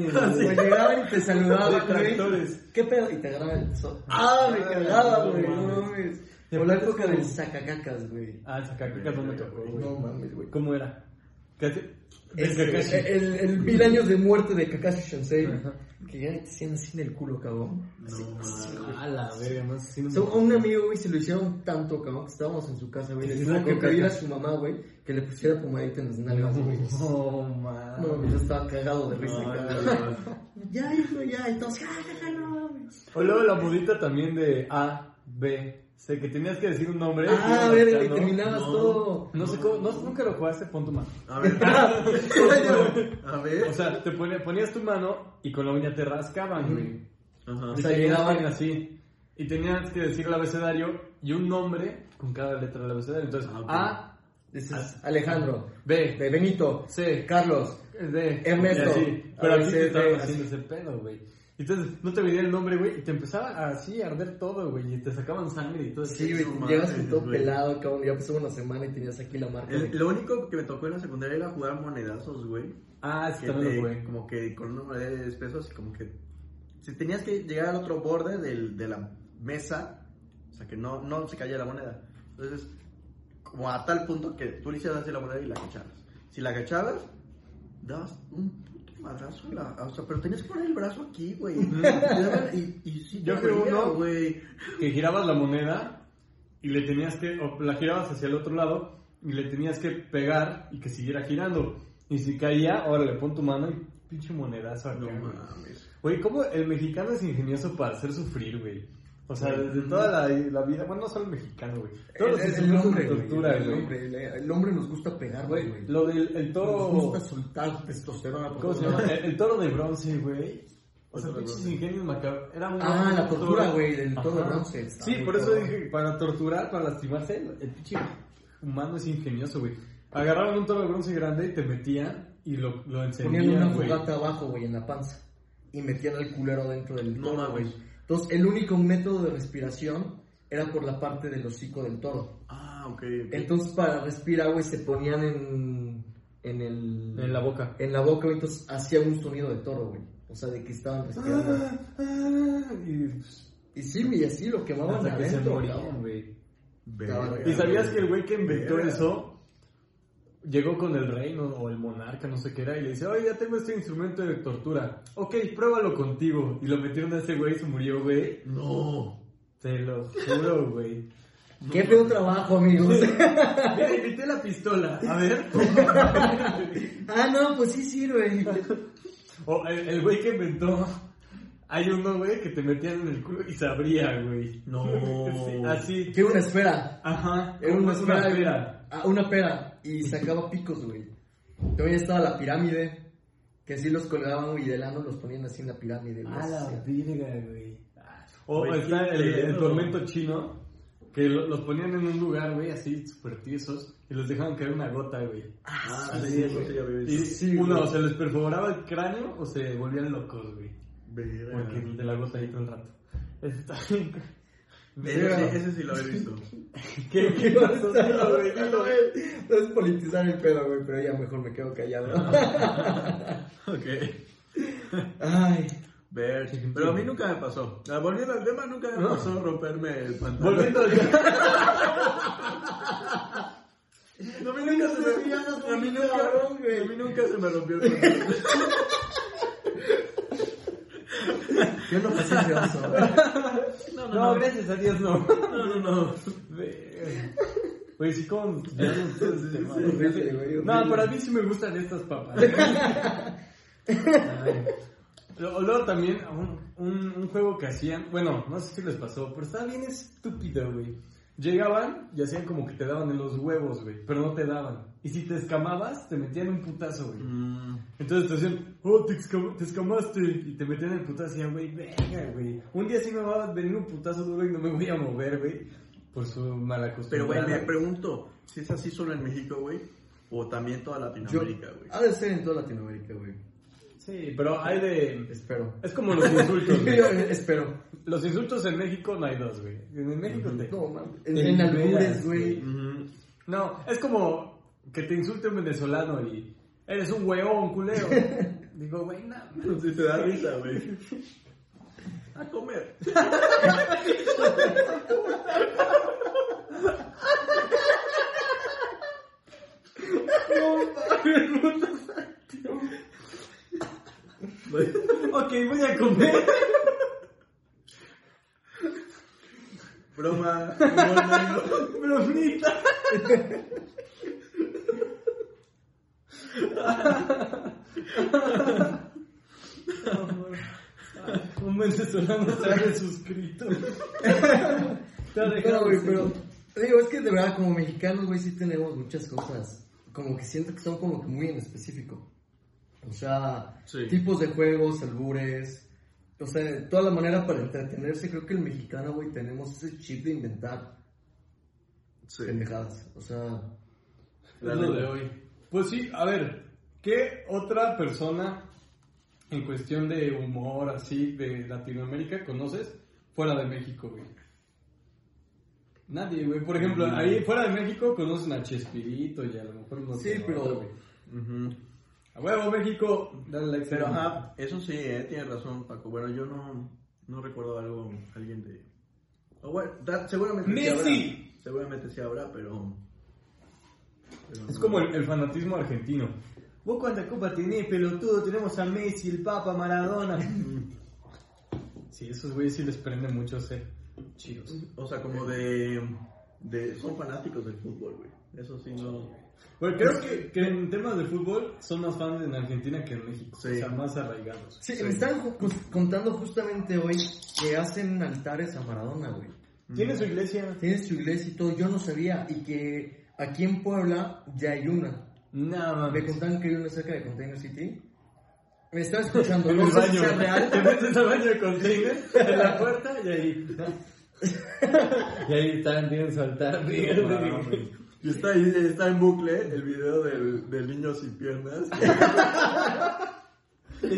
[SPEAKER 2] y
[SPEAKER 1] O
[SPEAKER 2] de
[SPEAKER 1] llegaban y te saludaban, güey.
[SPEAKER 2] tractores.
[SPEAKER 1] ¿Qué pedo? Y te agarraban el so. ¡Ah, me cagaba, güey! No mames. Por la época del sacacacas, güey.
[SPEAKER 2] Ah, el sacacacas no me tocó, güey.
[SPEAKER 1] No mames, güey.
[SPEAKER 2] ¿Cómo era? Casi. El Kakashi.
[SPEAKER 1] Este, El, el mil años de muerte de Kakashi Sensei. Que ya te hacían así en el culo, cabrón.
[SPEAKER 2] A la verga, más sí no me-
[SPEAKER 1] So, a un amigo, güey, se lo hicieron tanto, cabrón, que estábamos en su casa, güey. Le
[SPEAKER 2] Sí,
[SPEAKER 1] tuvo que
[SPEAKER 2] saca,
[SPEAKER 1] pedir a
[SPEAKER 2] caca.
[SPEAKER 1] su mamá, güey, que le pusiera pomadita en las nalgas, güey.
[SPEAKER 2] No, man.
[SPEAKER 1] No, güey, yo estaba cagado de risa, cabrón.
[SPEAKER 4] Ya, hijo, ya. Entonces,
[SPEAKER 1] "Ah,
[SPEAKER 4] ja, ja, ja, no.
[SPEAKER 2] O luego la modita también de A, B. O sea, que tenías que decir un nombre.
[SPEAKER 1] Ah, a
[SPEAKER 2] y
[SPEAKER 1] ver,
[SPEAKER 2] ibas
[SPEAKER 1] le
[SPEAKER 2] marcando.
[SPEAKER 1] terminabas
[SPEAKER 3] No.
[SPEAKER 1] todo.
[SPEAKER 2] No sé cómo, no, nunca lo jugaste, pon tu mano.
[SPEAKER 3] A ver, a
[SPEAKER 2] O
[SPEAKER 3] ver.
[SPEAKER 2] sea, te ponía- ponías tu mano y con la uña te rascaban, güey.
[SPEAKER 3] Ajá.
[SPEAKER 2] O sea, llegaban así. Y tenías que decir el abecedario y un nombre con cada letra del abecedario. Entonces,
[SPEAKER 3] Ah, ok.
[SPEAKER 2] A, ah.
[SPEAKER 1] Dices, Alejandro,
[SPEAKER 2] B,
[SPEAKER 1] de Benito, eh,
[SPEAKER 2] C,
[SPEAKER 1] Carlos,
[SPEAKER 2] D,
[SPEAKER 1] Ernesto.
[SPEAKER 2] y así. Pero
[SPEAKER 1] A,
[SPEAKER 2] aquí
[SPEAKER 1] B, C,
[SPEAKER 2] te
[SPEAKER 1] D,
[SPEAKER 2] estaban
[SPEAKER 1] así.
[SPEAKER 2] haciendo ese pedo, güey. Entonces, no te venía el nombre, güey, y te empezaba así a arder todo, güey, y te sacaban sangre y todo. eso.
[SPEAKER 1] Sí, güey,
[SPEAKER 3] No
[SPEAKER 1] llevas con
[SPEAKER 3] mames,
[SPEAKER 1] todo
[SPEAKER 3] güey.
[SPEAKER 1] pelado, cabrón. Ya pasó una semana y tenías aquí la marca.
[SPEAKER 3] El-
[SPEAKER 1] de-
[SPEAKER 3] lo único que me tocó en la secundaria era jugar monedazos, güey.
[SPEAKER 2] Ah, sí,
[SPEAKER 3] Que
[SPEAKER 2] también
[SPEAKER 3] te-
[SPEAKER 2] lo jugué.
[SPEAKER 3] como que con una moneda de 10 pesos y como que si tenías que llegar al otro borde del- de la mesa, o sea que no, no se caía la moneda. Entonces, como a tal punto que tú le hicieras así la moneda y la agachabas. Si la agachabas, dabas un puto madrazo, a la- o sea, pero tenías que poner el brazo aquí, güey. Y, daban- y, y sí, te
[SPEAKER 2] Yo creo
[SPEAKER 3] dolía,
[SPEAKER 2] uno-
[SPEAKER 3] güey.
[SPEAKER 2] que girabas la moneda y le tenías que, o la girabas hacia el otro lado y le tenías que pegar y que siguiera girando. Y si caía, ahora le pon tu mano y pinche monedazo acá,
[SPEAKER 3] No
[SPEAKER 2] güey.
[SPEAKER 3] mames.
[SPEAKER 2] Güey, ¿cómo el mexicano es ingenioso para hacer sufrir, güey? O sea,
[SPEAKER 3] Güey.
[SPEAKER 2] desde toda la, la vida, bueno, no solo el mexicano, güey. Todos los
[SPEAKER 1] el, el
[SPEAKER 2] españoles
[SPEAKER 1] hombre,
[SPEAKER 2] son
[SPEAKER 1] güey,
[SPEAKER 2] tortura,
[SPEAKER 1] el,
[SPEAKER 2] güey.
[SPEAKER 1] hombre, el, el hombre nos gusta pegar,
[SPEAKER 2] Güey,
[SPEAKER 1] güey.
[SPEAKER 2] lo del el
[SPEAKER 1] Nos
[SPEAKER 2] toro,
[SPEAKER 1] gusta soltar testosterona. por
[SPEAKER 2] ¿cómo se
[SPEAKER 1] todos
[SPEAKER 2] llama?
[SPEAKER 1] lados.
[SPEAKER 2] El, el toro de bronce, güey. O sea,
[SPEAKER 3] El toro de
[SPEAKER 2] pinches
[SPEAKER 3] bronce.
[SPEAKER 2] ingenios macabros. Era un-
[SPEAKER 1] Ah, la
[SPEAKER 2] un
[SPEAKER 1] tortura,
[SPEAKER 2] toro.
[SPEAKER 1] güey, del todo
[SPEAKER 2] Ajá.
[SPEAKER 1] bronce. Está
[SPEAKER 2] Sí,
[SPEAKER 1] muy
[SPEAKER 2] por eso
[SPEAKER 1] cabrón.
[SPEAKER 2] dije que para torturar, para lastimarse, el- el pinche humano es ingenioso, güey. Agarraban un toro de bronce grande y te metían y lo, lo
[SPEAKER 1] Ponían una
[SPEAKER 2] encendían, güey.
[SPEAKER 1] fogata abajo, güey, en la panza. Y metían al culero dentro del
[SPEAKER 3] No
[SPEAKER 1] toro,
[SPEAKER 3] mames.
[SPEAKER 1] güey. Entonces, el único método de respiración era por la parte del hocico del toro.
[SPEAKER 3] Ah, ok. ok.
[SPEAKER 1] Entonces, para respirar, güey, se ponían en, en el...
[SPEAKER 2] En la boca.
[SPEAKER 1] En la boca, güey, entonces hacía un sonido de toro, güey. O sea, de que estaban respirando.
[SPEAKER 2] Ah, ah, y pues,
[SPEAKER 1] Y sí, güey, así lo quemaban
[SPEAKER 2] hasta que se
[SPEAKER 1] adentro,
[SPEAKER 2] morían,
[SPEAKER 1] cabrón.
[SPEAKER 2] güey.
[SPEAKER 3] Verga,
[SPEAKER 2] Ah, ¿Y sabías que el güey que inventó
[SPEAKER 3] Verga.
[SPEAKER 2] eso llegó con el rey ¿no? o el monarca, no sé qué era, y le dice, oye, ya tengo este instrumento de tortura. Ok, pruébalo contigo. Y lo metieron a ese güey y se murió, güey.
[SPEAKER 3] No.
[SPEAKER 2] Te lo juro, güey.
[SPEAKER 1] Qué feo trabajo, amigos.
[SPEAKER 2] Mira, invité la pistola. A ver.
[SPEAKER 1] ah, no, pues sí sirve.
[SPEAKER 2] O el el güey que inventó. Hay uno, güey, que te metían en el culo y se abría, güey.
[SPEAKER 3] No.
[SPEAKER 2] Sí, así.
[SPEAKER 1] Tiene una esfera.
[SPEAKER 2] Ajá.
[SPEAKER 1] Era una,
[SPEAKER 2] Como
[SPEAKER 1] pera,
[SPEAKER 2] pera.
[SPEAKER 1] Ah, una pera. Y sacaba picos, güey. Todavía estaba la pirámide. Que así los colgaban güey, y del ano los ponían así en la pirámide. güey.
[SPEAKER 2] A la
[SPEAKER 1] Sí.
[SPEAKER 2] virga, güey. O
[SPEAKER 3] Güey,
[SPEAKER 2] está
[SPEAKER 3] qué
[SPEAKER 2] el, el
[SPEAKER 3] pedo.
[SPEAKER 2] tormento chino, que lo- los ponían en un lugar, güey, así, súper tiesos, y los dejaban caer una gota, güey.
[SPEAKER 3] Ah,
[SPEAKER 2] Sí,
[SPEAKER 3] sí,
[SPEAKER 2] güey.
[SPEAKER 3] eso ya había
[SPEAKER 2] Y
[SPEAKER 3] visto.
[SPEAKER 1] Sí,
[SPEAKER 2] uno,
[SPEAKER 1] güey.
[SPEAKER 2] o se les perforaba el cráneo o se volvían locos, güey.
[SPEAKER 3] Verga.
[SPEAKER 2] Porque de la gota ahí todo el rato. Está bien.
[SPEAKER 3] Ese sí, ese sí lo había visto.
[SPEAKER 2] ¿Qué, qué
[SPEAKER 1] No,
[SPEAKER 2] pasó, güey?
[SPEAKER 1] güey, no, güey. No es politizar el pedo, güey, pero ya mejor me quedo callado.
[SPEAKER 3] ok.
[SPEAKER 1] Ay.
[SPEAKER 3] Ver. Pero a mí nunca me pasó. Ah, Volviendo al tema, nunca me
[SPEAKER 2] No.
[SPEAKER 3] pasó romperme el pantalón.
[SPEAKER 2] Volviendo al...
[SPEAKER 3] No, a mí nunca se me
[SPEAKER 1] Lesbianas,
[SPEAKER 3] a mí
[SPEAKER 1] muy
[SPEAKER 3] nunca,
[SPEAKER 1] cabrón, güey.
[SPEAKER 3] a mí nunca se me rompió el pantalón.
[SPEAKER 1] Yo no pasé ese oso.
[SPEAKER 3] No, no,
[SPEAKER 2] No,
[SPEAKER 3] no.
[SPEAKER 2] gracias a Dios, no.
[SPEAKER 3] No, no, no.
[SPEAKER 2] Verga. Güey, sí, como. ya no todo el tema,
[SPEAKER 1] sí,
[SPEAKER 2] güey.
[SPEAKER 1] sí, güey, yo-
[SPEAKER 2] No, pero a mí sí me gustan estas papas. Ay. Lo- Luego también un, un, un juego que hacían, bueno, no sé si les pasó, pero estaba bien estúpido, güey. Llegaban y hacían como que te daban en los huevos, güey, pero no te daban. Y si te escamabas, te metían un putazo, güey.
[SPEAKER 3] Mm,
[SPEAKER 2] Entonces te decían, oh, te, escam- te escamaste. Y te metían el putazo y decían, güey, venga, güey. Un día sí me va a venir un putazo duro y no me voy a mover, güey. Por su mala costumbre.
[SPEAKER 3] Pero, güey, me pregunto si es así solo en México, güey, o también toda
[SPEAKER 1] Yo-
[SPEAKER 3] Latinoamérica, güey.
[SPEAKER 2] Ah,
[SPEAKER 1] Ha de ser en toda Latinoamérica, güey.
[SPEAKER 2] Sí, pero hay de...
[SPEAKER 1] Espero.
[SPEAKER 2] Es como los insultos, güey.
[SPEAKER 1] Yo espero.
[SPEAKER 2] Los insultos en México no hay dos, güey. En México te...
[SPEAKER 3] Mm.
[SPEAKER 1] No, mames. En, en albures, güey.
[SPEAKER 3] Ujú.
[SPEAKER 2] No, es como... que te insulte un venezolano y eres un huevón, culero. Digo, güey, nada.
[SPEAKER 3] Si te da risa, güey. A comer.
[SPEAKER 2] Ok, voy a comer.
[SPEAKER 3] Broma. humor negro.
[SPEAKER 2] Bromita. Un venezolano se ha suscrito.
[SPEAKER 1] Pero, güey, pero. Digo, es que de verdad, como mexicanos, güey, sí tenemos muchas cosas. Como que siento que son como que muy en específico. O sea,
[SPEAKER 3] Sí.
[SPEAKER 1] tipos de juegos, albures. O sea, toda la manera para entretenerse. Creo que el mexicano, güey, tenemos ese chip de inventar
[SPEAKER 3] Sí.
[SPEAKER 1] pendejadas. O sea,
[SPEAKER 2] Es lo de hoy. Pues sí, a ver, ¿qué otra persona en cuestión de humor así de Latinoamérica conoces fuera de México, güey? Nadie, güey. Por ejemplo, ahí fuera de México conocen a Chespirito y a lo mejor no
[SPEAKER 1] Sí,
[SPEAKER 2] sé,
[SPEAKER 1] pero-
[SPEAKER 2] otro, güey.
[SPEAKER 3] Ujú.
[SPEAKER 2] A huevo, México, dale like.
[SPEAKER 3] Pero,
[SPEAKER 2] sí.
[SPEAKER 3] ajá, eso sí, eh, tienes razón, Paco. Bueno, yo no, no recuerdo algo, alguien de... o bueno, da- seguramente sí
[SPEAKER 2] Messi.
[SPEAKER 3] habrá. Seguramente sí habrá, pero... pero
[SPEAKER 2] Es
[SPEAKER 3] no.
[SPEAKER 2] como el, el fanatismo argentino.
[SPEAKER 4] ¿Vos cuántas copas tenés, pelotudo? Tenemos a Messi, el Papa, Maradona.
[SPEAKER 2] Sí, esos güeyes sí les prende mucho ser chidos.
[SPEAKER 3] O sea, como de... de son fanáticos del fútbol, güey. Eso sí, no...
[SPEAKER 2] Bueno, Pues creo que, que en temas de fútbol son más fans en Argentina que en México.
[SPEAKER 3] Sí.
[SPEAKER 2] O sea, más arraigados.
[SPEAKER 1] Sí, me están ju- cus- contando justamente hoy que hacen altares a Maradona, güey.
[SPEAKER 2] Tiene su iglesia.
[SPEAKER 1] Tiene su iglesia y todo, yo no sabía. Y que aquí en Puebla ya hay una.
[SPEAKER 2] Nada más.
[SPEAKER 1] Me contaron que hay una cerca de Container City. Me estaba escuchando,
[SPEAKER 2] En
[SPEAKER 1] no
[SPEAKER 2] el
[SPEAKER 1] sé si
[SPEAKER 2] baño.
[SPEAKER 1] sea real.
[SPEAKER 2] Te metes al baño de container, en la puerta y ahí. y ahí están bien saltar,
[SPEAKER 3] No mames. Y está ahí, está en bucle el video del, del niño sin piernas.
[SPEAKER 1] No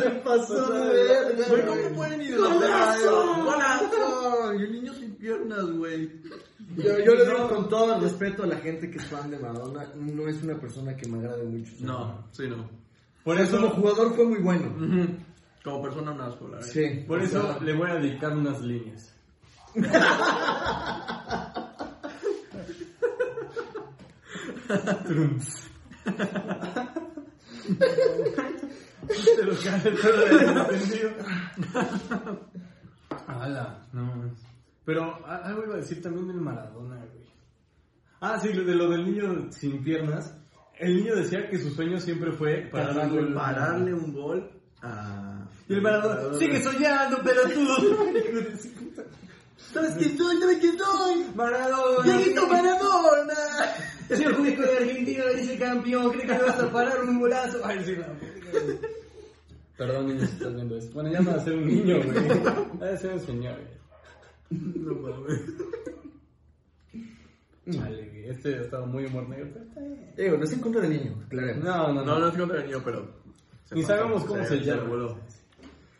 [SPEAKER 1] se pasó de verga,
[SPEAKER 3] Güey,
[SPEAKER 1] güey.
[SPEAKER 3] ¿cómo pueden idolatrar a él? ¡Golazo! Y el niño sin piernas, güey.
[SPEAKER 1] Yo, yo le digo con todo el respeto a la gente que es fan de Maradona, no es una persona que me agrade mucho.
[SPEAKER 3] No, sí, no.
[SPEAKER 2] Por
[SPEAKER 1] Como
[SPEAKER 2] eso,
[SPEAKER 1] jugador fue muy bueno.
[SPEAKER 3] Ujú. Como persona un asco, la verdad.
[SPEAKER 1] Sí.
[SPEAKER 2] por eso le voy a dedicar unas líneas. Trum. Te lo cae todo el entendido. Ala, no. Pero a- algo iba a decir también del Maradona, güey. Ah, sí, lo de lo del niño sin piernas. El niño decía que su sueño siempre fue pararle un gol.
[SPEAKER 3] Pararle un gol a.
[SPEAKER 2] Y el Maradona, sigue soñando, pelotudo.
[SPEAKER 4] ¿Sabes quién soy? ¿Sabes quién soy?
[SPEAKER 2] Maradona.
[SPEAKER 4] ¡Dieguito Maradona! Es el único de Argentina, dice campeón. ¿Cree que le vas a parar un golazo?
[SPEAKER 2] Ay, sí, no. Perdón, niño, si estás viendo esto. Bueno, ya no va a ser un niño, güey. Va a ser un señor, güey.
[SPEAKER 3] No mames.
[SPEAKER 2] Chale, güey. Este ha estado muy humor negro, pero está bien.
[SPEAKER 1] Digo, no es en contra del niño, claro.
[SPEAKER 2] No, no,
[SPEAKER 3] No, no
[SPEAKER 2] no.
[SPEAKER 3] es contra el niño, pero.
[SPEAKER 2] Ni
[SPEAKER 3] pasó.
[SPEAKER 2] sabemos cómo se
[SPEAKER 3] Se
[SPEAKER 2] llama.
[SPEAKER 3] la voló.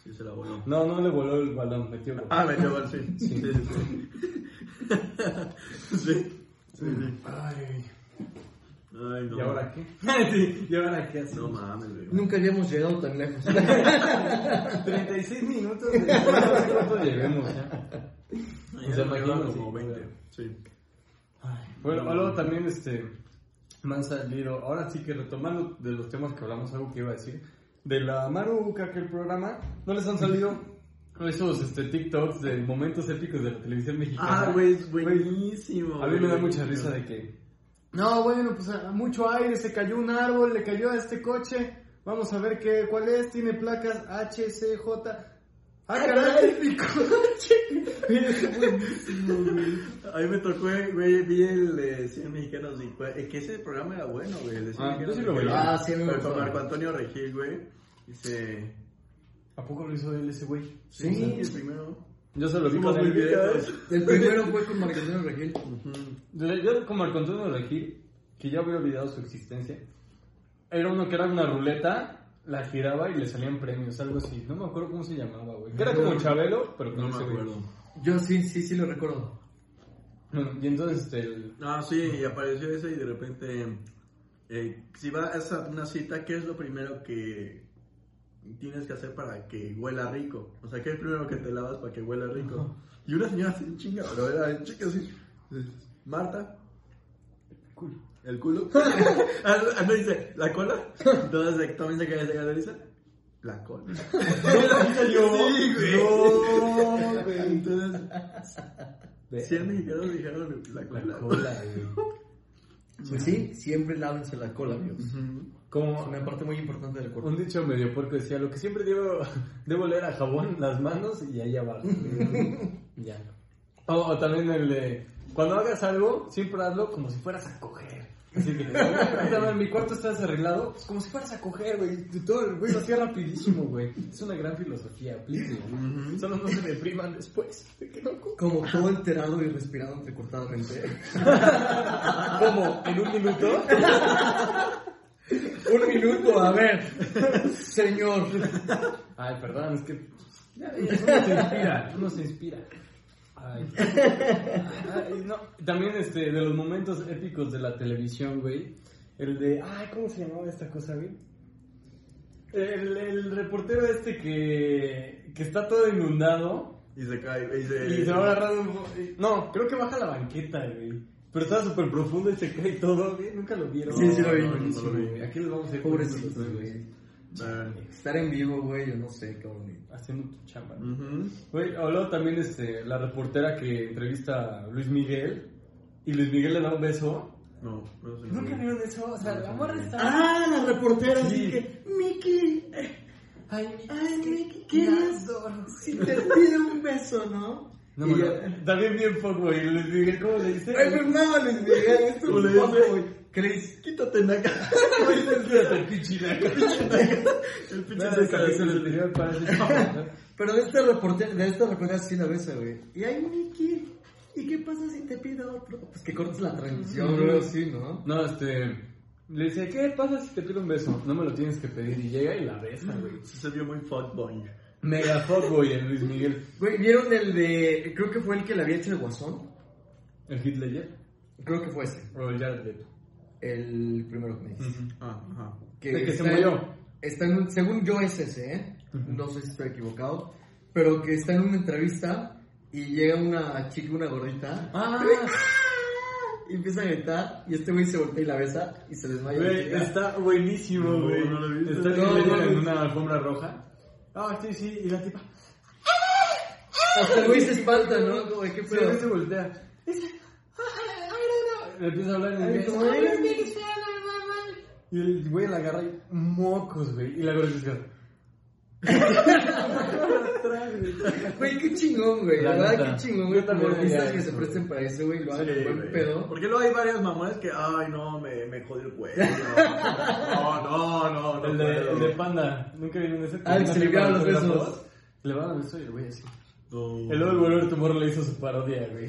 [SPEAKER 3] Sí, se la voló.
[SPEAKER 2] No, no le voló el balón, metió gol.
[SPEAKER 3] Ah, metió gol, sí. Sí, sí. Sí, sí. sí.
[SPEAKER 2] Ay,
[SPEAKER 3] Ay, no.
[SPEAKER 2] ¿y ahora qué? Sí, ¿Y ahora qué hace?
[SPEAKER 3] No mames, güey.
[SPEAKER 1] Nunca habíamos llegado tan lejos.
[SPEAKER 2] 36 minutos de ¿Cuánto llevemos ya?
[SPEAKER 3] Ay,
[SPEAKER 2] O sea,
[SPEAKER 3] me
[SPEAKER 2] imagino,
[SPEAKER 3] quedan como
[SPEAKER 2] sí.
[SPEAKER 3] 20. Sí.
[SPEAKER 2] Ay, Bueno, luego también, este, me han salido, ahora sí que retomando de los temas que hablamos, algo que iba a decir, de la maruca que el programa, ¿no les han salido esos, este, TikToks de momentos épicos de la televisión mexicana?
[SPEAKER 3] Ah, güey, es buenísimo.
[SPEAKER 2] A mí me
[SPEAKER 3] güey.
[SPEAKER 2] da mucha risa de que, no, bueno, pues a- a mucho aire, se cayó un árbol, le cayó a este coche, vamos a ver qué, cuál es, tiene placas H, C, J... ¡Ah, caray! mi coche!
[SPEAKER 3] A mí me tocó, eh, güey, vi el de 100 mexicanos y cua- eh, que ese programa era bueno, güey. el de 100
[SPEAKER 2] Ah,
[SPEAKER 3] mexicanos
[SPEAKER 2] yo sí lo
[SPEAKER 3] y
[SPEAKER 2] veía.
[SPEAKER 3] cua-
[SPEAKER 1] Ah, sí, a mí me
[SPEAKER 3] Pero con
[SPEAKER 1] gustaba.
[SPEAKER 3] Marco Antonio Regil, güey. Dice.
[SPEAKER 2] ¿A poco lo hizo él ese güey?
[SPEAKER 1] Sí.
[SPEAKER 3] el primero.
[SPEAKER 2] Yo se lo vi
[SPEAKER 3] Fuimos
[SPEAKER 2] con el
[SPEAKER 3] muy
[SPEAKER 2] video.
[SPEAKER 3] viejos.
[SPEAKER 1] El primero fue con Margarita Regil.
[SPEAKER 2] Yo como el contenido de Regil, que ya había olvidado su existencia, era uno que era una ruleta, la giraba y le salían premios, algo así. No me acuerdo cómo se llamaba, güey. Que era como Chabelo, pero con
[SPEAKER 3] No me
[SPEAKER 2] ese güey.
[SPEAKER 3] acuerdo.
[SPEAKER 1] Yo sí, sí, sí lo recuerdo.
[SPEAKER 2] Y entonces, este, el-
[SPEAKER 3] No, Ah, sí, y apareció eso y de repente, eh, si vas a una cita, ¿qué es lo primero que tienes que hacer para que huela rico? O sea, ¿qué es lo primero que te lavas para que huela rico? Y una señora así en chinga, pero era en chinga así, Marta. El culo. ah, no, ah, no dice, ¿la cola? Entonces, también se cae, se cae, dice, la cola. Sí, güey. Entonces, 100 mexicanos dijeron la cola.
[SPEAKER 2] La cola, güey.
[SPEAKER 1] Pues sí, siempre lávense la cola, amigos.
[SPEAKER 3] Ujú.
[SPEAKER 1] Es
[SPEAKER 2] Como
[SPEAKER 1] una parte muy importante del cuerpo.
[SPEAKER 2] un dicho medio puerco decía, lo que siempre debo, debo leer a jabón, las manos y ahí abajo. ya. O, o también el de, cuando hagas algo, siempre hazlo como si fueras a coger. Así que, ahorita en mi cuarto estás arreglado, pues como si fueras a coger, güey. Y Todo el güey lo hacía rapidísimo, güey. Es una gran filosofía, aplíquenla. Solo no se depriman después.
[SPEAKER 1] Como todo enterado y respirado entrecortadamente.
[SPEAKER 2] Como en un minuto.
[SPEAKER 1] Un minuto, a ver. Señor.
[SPEAKER 2] Ay, perdón, es que. Ya, ya, uno se inspira, uno se inspira. Ay. Ay, no. También este, de los momentos épicos de la televisión, güey. El de. Ay, ¿cómo se llamaba esta cosa, güey? El, el reportero este que, que está todo inundado
[SPEAKER 3] Y se cae, y se...
[SPEAKER 2] y se va agarrando un po- y- No, creo que baja la banqueta, güey. Pero estaba súper profundo y se cae todo, güey. Nunca lo vieron.
[SPEAKER 1] Sí, sí lo vi.
[SPEAKER 2] Buenísimo,
[SPEAKER 3] No lo vi.
[SPEAKER 2] güey. Aquí les vamos a ir
[SPEAKER 1] Pobrecito,
[SPEAKER 2] poniendo los
[SPEAKER 1] güey.
[SPEAKER 2] memes.
[SPEAKER 3] Ah,
[SPEAKER 1] Estar en vivo, güey, yo no sé, cabrón.
[SPEAKER 2] Haciendo tu chamba.
[SPEAKER 3] ujú.
[SPEAKER 2] Güey, habló también este, la reportera que entrevista a Luis Miguel y Luis Miguel le da un beso.
[SPEAKER 3] No, no sé.
[SPEAKER 2] ¿Nunca vieron eso? O sea, la morra está.
[SPEAKER 4] Ah, la reportera,
[SPEAKER 2] Sí.
[SPEAKER 4] así que, Mickey, eh,
[SPEAKER 2] Ay,
[SPEAKER 4] ay, Mickey, ¿qué es? Si te pide un beso, ¿no?
[SPEAKER 2] No,
[SPEAKER 1] Y
[SPEAKER 2] no,
[SPEAKER 1] ya-
[SPEAKER 2] También bien poco, güey. Luis Miguel, ¿cómo le dice?
[SPEAKER 1] Ay, Fernando, les Miguel, esto
[SPEAKER 3] Como le
[SPEAKER 1] es un
[SPEAKER 3] dice-
[SPEAKER 1] poco, güey. ¿Qué le dices?
[SPEAKER 3] Quítate, Naka.
[SPEAKER 2] Espérate, el pinche naca.
[SPEAKER 3] El pinche
[SPEAKER 2] Nada, el
[SPEAKER 3] Naka.
[SPEAKER 2] capítulo anterior parece.
[SPEAKER 1] Pero de este reportero, de esta reportera sí la besa, güey.
[SPEAKER 4] Y ay, Mickey, ¿y qué pasa si te pido otro?
[SPEAKER 1] Pues que cortes la transmisión, güey, así, ¿no?
[SPEAKER 2] No, este. Le dice, ¿qué pasa si te pido un beso? No me lo tienes que pedir. Y llega y la besa, güey.
[SPEAKER 3] Sí Se vio muy fuckboy.
[SPEAKER 2] Mega fuckboy el Luis Miguel.
[SPEAKER 1] Güey, ¿vieron el de. Creo que fue el que le había hecho el guasón?
[SPEAKER 2] El Hitler,
[SPEAKER 1] Creo que fue ese.
[SPEAKER 2] o el Jared Leto.
[SPEAKER 1] El primero que me dices.
[SPEAKER 3] Ah, ajá.
[SPEAKER 2] El que se
[SPEAKER 1] está en-
[SPEAKER 2] murió.
[SPEAKER 1] está en un- según yo es ese, ¿eh? No sé si estoy equivocado. Pero que está en una entrevista y llega una chica, una gordita,
[SPEAKER 2] Ah,
[SPEAKER 1] y empieza a gritar. Y este güey se voltea y la besa y se desmaya. la
[SPEAKER 2] Güey,
[SPEAKER 1] chica.
[SPEAKER 2] está buenísimo,
[SPEAKER 3] No,
[SPEAKER 2] güey.
[SPEAKER 3] no lo he visto.
[SPEAKER 2] está
[SPEAKER 1] No,
[SPEAKER 2] en,
[SPEAKER 1] no lo he
[SPEAKER 2] en
[SPEAKER 1] visto.
[SPEAKER 2] una alfombra roja. Ah, sí, sí, y la tipa.
[SPEAKER 1] Hasta el güey se espanta, ¿no? Como, ¿qué
[SPEAKER 2] Se ve, se
[SPEAKER 1] pedo?
[SPEAKER 2] voltea. ah, Dice, "Ay, ay, no, no". ah, Le empieza a hablar en inglés.
[SPEAKER 1] no,
[SPEAKER 2] "Ay,
[SPEAKER 1] no,
[SPEAKER 2] no, Y el güey la agarra y mocos, güey. Y la agarra y se
[SPEAKER 1] Güey, qué chingón, güey. La,
[SPEAKER 2] La
[SPEAKER 1] verdad,
[SPEAKER 2] neta.
[SPEAKER 1] qué chingón,
[SPEAKER 2] Yo
[SPEAKER 1] güey.
[SPEAKER 2] también
[SPEAKER 1] Como
[SPEAKER 2] haría
[SPEAKER 1] artistas que
[SPEAKER 2] eso,
[SPEAKER 1] se
[SPEAKER 2] güey.
[SPEAKER 1] presten para eso, güey. Lo hagan
[SPEAKER 3] Sí,
[SPEAKER 1] en buen
[SPEAKER 3] güey.
[SPEAKER 1] pedo.
[SPEAKER 3] Eh, Porque luego hay varias mamones que, ay, no, me, me jodió el cuello. No, no, no, no.
[SPEAKER 2] El de,
[SPEAKER 3] puedo.
[SPEAKER 2] el de panda. Nunca vieron ese.
[SPEAKER 1] Ah, el que se le llevaban los besos.
[SPEAKER 2] Le va a dar beso y el güey así.
[SPEAKER 3] No.
[SPEAKER 2] El luego el volver tumor le hizo su parodia, güey.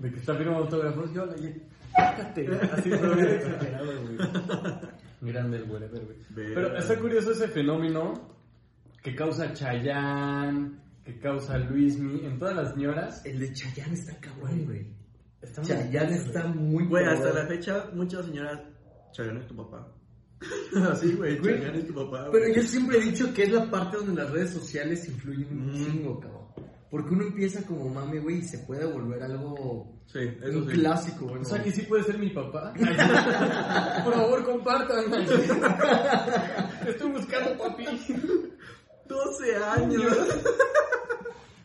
[SPEAKER 2] De que está firmando autógrafos. Yo la Fíjate, güey. Así pero bien exagerado, güey. Grande el whatever, güey.
[SPEAKER 3] Verga.
[SPEAKER 2] Pero está curioso ese fenómeno que causa Chayanne, que causa Luismi, en todas las señoras.
[SPEAKER 1] El de Chayanne está cabrón, güey.
[SPEAKER 2] Está muy-
[SPEAKER 1] Chayanne está muy
[SPEAKER 3] Güey,
[SPEAKER 1] cabrón.
[SPEAKER 3] hasta la fecha, muchas señoras, Chayanne es tu papá. Así, güey,
[SPEAKER 1] Güey,
[SPEAKER 3] Chayanne es tu papá.
[SPEAKER 1] Pero
[SPEAKER 3] güey.
[SPEAKER 1] yo siempre he dicho que es la parte donde las redes sociales influyen un chingo, cabrón. Porque uno empieza como mame, güey, y se puede volver algo.
[SPEAKER 3] Sí, eso
[SPEAKER 1] un
[SPEAKER 3] sí.
[SPEAKER 1] clásico, güey.
[SPEAKER 2] O sea que sí puede ser mi papá. Por favor, compartan. Te estoy buscando, papi.
[SPEAKER 3] 12 años.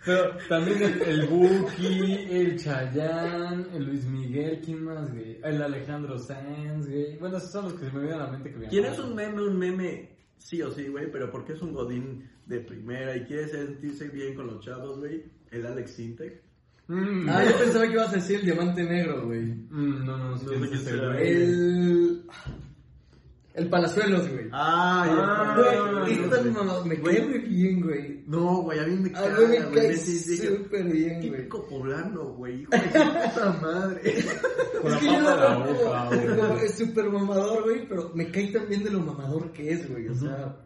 [SPEAKER 2] Pero también el, el Buki, el Chayán, el Luis Miguel, ¿quién más, güey? El Alejandro Sanz, güey. Bueno, esos son los que se me vienen a la mente que me
[SPEAKER 3] ¿Quieres
[SPEAKER 2] llamaron.
[SPEAKER 3] un meme, un meme sí o sí, güey? Pero porque es un godín de primera y quiere sentirse bien con los chavos, güey. El Alex Sintec.
[SPEAKER 2] Mm,
[SPEAKER 1] Ah, yo pensaba que ibas a decir el diamante negro, güey.
[SPEAKER 2] mm, no, no, no, sé quién
[SPEAKER 3] No sé
[SPEAKER 2] es
[SPEAKER 3] quién
[SPEAKER 2] ese,
[SPEAKER 3] será.
[SPEAKER 2] güey.
[SPEAKER 1] El. El Palazuelos, güey.
[SPEAKER 3] Ah,
[SPEAKER 1] Güey,
[SPEAKER 3] ya
[SPEAKER 1] esta mamá me cae muy bien, güey.
[SPEAKER 3] No, güey, a mí me
[SPEAKER 1] A
[SPEAKER 3] caga,
[SPEAKER 1] mí
[SPEAKER 3] güey.
[SPEAKER 1] Ah, me cae
[SPEAKER 3] Sí, dije,
[SPEAKER 1] súper bien, güey.
[SPEAKER 3] Típico poblano, güey. Hijo de su puta madre.
[SPEAKER 2] Con
[SPEAKER 1] Es
[SPEAKER 2] la
[SPEAKER 1] que yo lo
[SPEAKER 2] papa a la
[SPEAKER 1] veo
[SPEAKER 2] boca,
[SPEAKER 1] como- como
[SPEAKER 2] güey.
[SPEAKER 1] es súper mamador, güey, pero me cae también de lo mamador que es, güey. O sea,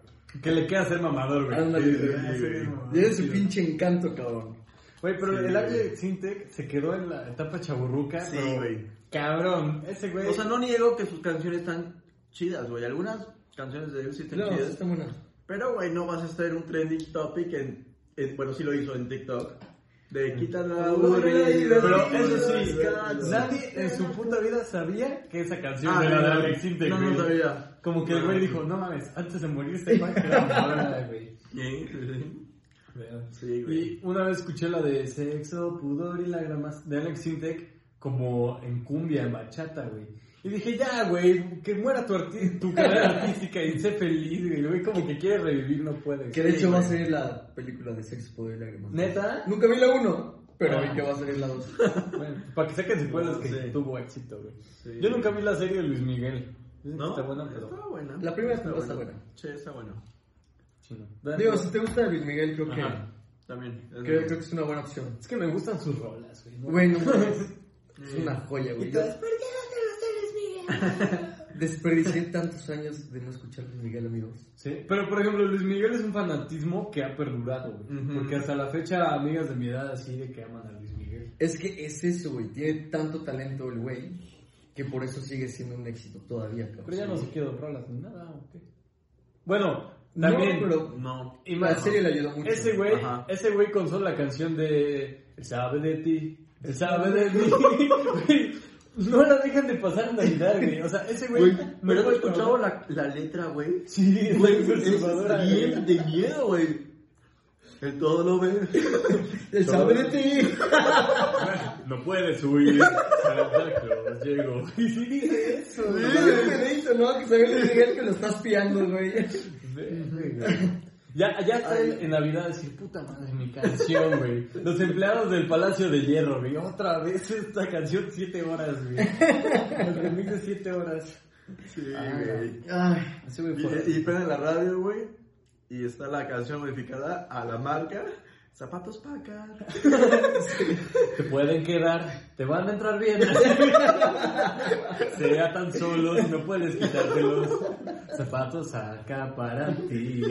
[SPEAKER 2] Que le queda ser mamador, güey.
[SPEAKER 1] ándale,
[SPEAKER 3] sí,
[SPEAKER 1] güey.
[SPEAKER 3] sí,
[SPEAKER 1] Tiene su pinche encanto, cabrón.
[SPEAKER 2] Güey, pero
[SPEAKER 3] Sí,
[SPEAKER 2] el
[SPEAKER 3] güey.
[SPEAKER 2] Águila Sintec se quedó en la etapa chaburruca.
[SPEAKER 3] Sí,
[SPEAKER 2] pero,
[SPEAKER 3] güey.
[SPEAKER 2] Cabrón. Ese güey.
[SPEAKER 3] O sea, no niego que sus canciones están chidas, güey. Algunas canciones de ellos sí están
[SPEAKER 1] No,
[SPEAKER 3] chidas.
[SPEAKER 1] está buena.
[SPEAKER 3] Pero, güey, no vas a estar en un trending topic en, en- Bueno, sí lo hizo en TikTok. De quítala la aburrida.
[SPEAKER 2] Pero eso sí,
[SPEAKER 3] Descansa.
[SPEAKER 2] nadie en su puta vida sabía que esa canción
[SPEAKER 3] Ah,
[SPEAKER 2] era de
[SPEAKER 3] no,
[SPEAKER 2] Alex Intec,
[SPEAKER 3] No,
[SPEAKER 2] güey.
[SPEAKER 3] no sabía.
[SPEAKER 2] Como que el güey dijo, no mames, antes de morir este güey era mala, Ah, güey.
[SPEAKER 3] Sí, sí, sí. Sí, güey.
[SPEAKER 2] Y una vez escuché la de Sexo, Pudor y Lágrimas de Alex Intec como en cumbia, en bachata, güey. Y dije, ya, güey, que muera tu, arti- tu carrera artística y sé feliz, güey. El güey como que quiere revivir, no puede.
[SPEAKER 1] Que de hecho va a
[SPEAKER 2] güey.
[SPEAKER 1] ser la película de Sexo, Poder y Lágrimas.
[SPEAKER 2] ¿Neta?
[SPEAKER 1] Nunca vi la 1, pero
[SPEAKER 2] Ah.
[SPEAKER 1] vi que va a salir la 2.
[SPEAKER 2] Bueno, para que saquen secuelas que
[SPEAKER 3] Sí.
[SPEAKER 2] tuvo éxito, güey.
[SPEAKER 3] Sí.
[SPEAKER 2] Yo nunca vi la serie de Luis Miguel. Dicen que
[SPEAKER 3] ¿No?
[SPEAKER 2] Está buena, pero...
[SPEAKER 3] Está buena.
[SPEAKER 1] La primera
[SPEAKER 3] está
[SPEAKER 1] temporada está
[SPEAKER 3] Sí, está buena.
[SPEAKER 2] chino.
[SPEAKER 1] Digo, si te gusta Luis Miguel, creo que,
[SPEAKER 2] Ajá.
[SPEAKER 3] También. es
[SPEAKER 1] creo,
[SPEAKER 3] buena.
[SPEAKER 1] creo que es una buena opción.
[SPEAKER 2] Es que me gustan sus rolas, güey. ¿no?
[SPEAKER 1] Bueno, es una joya, güey. Yo desperdicié tantos años de no escuchar Luis Miguel, amigos.
[SPEAKER 2] Sí, pero por ejemplo, Luis Miguel es un fanatismo que ha perdurado, güey.
[SPEAKER 3] Ujú.
[SPEAKER 2] Porque hasta la fecha, amigas de mi edad así de que aman a Luis Miguel.
[SPEAKER 1] Es que es eso, güey. Tiene tanto talento el güey que por eso sigue siendo un éxito todavía, cabrón.
[SPEAKER 2] Pero ya no se quedó rolas ni nada, ¿o qué? Bueno,
[SPEAKER 1] No,
[SPEAKER 2] también.
[SPEAKER 1] pero
[SPEAKER 3] No.
[SPEAKER 2] y
[SPEAKER 1] la
[SPEAKER 2] más-
[SPEAKER 1] serie le ayudó mucho.
[SPEAKER 2] Ese güey,
[SPEAKER 3] Ajá.
[SPEAKER 2] ese güey con solo la canción de Él sabe de ti, él sabe de mí. Güey, no la dejan de pasar en Navidad, güey. O sea, ese güey.
[SPEAKER 3] Güey, pero he escuchado la, la letra, güey.
[SPEAKER 2] Sí, es
[SPEAKER 3] Güey,
[SPEAKER 2] muy perturbadora,
[SPEAKER 3] es bien
[SPEAKER 2] güey.
[SPEAKER 3] de miedo, güey. El todo lo ve.
[SPEAKER 1] El sabe de ti.
[SPEAKER 2] No puedes huir. Santa Claus llegó. Y sí dice eso,
[SPEAKER 1] Sí,
[SPEAKER 2] güey.
[SPEAKER 1] es un pedito, ¿no? Que se ve Luis Miguel que lo estás piando, güey.
[SPEAKER 2] Ya, ya está en, en Navidad decir, puta madre, mi canción, güey. Los empleados del Palacio de Hierro, güey. Otra vez esta canción, siete horas, güey. El remix de siete horas.
[SPEAKER 3] Sí,
[SPEAKER 2] Ah,
[SPEAKER 3] güey.
[SPEAKER 1] Ay,
[SPEAKER 2] Así me fue.
[SPEAKER 3] Y, y prende la radio, güey. Y está la canción modificada a la marca. Zapatos Paca.
[SPEAKER 2] Te pueden quedar, te van a entrar bien. Se tan solos, no puedes quitártelos. Zapatos acá para ti.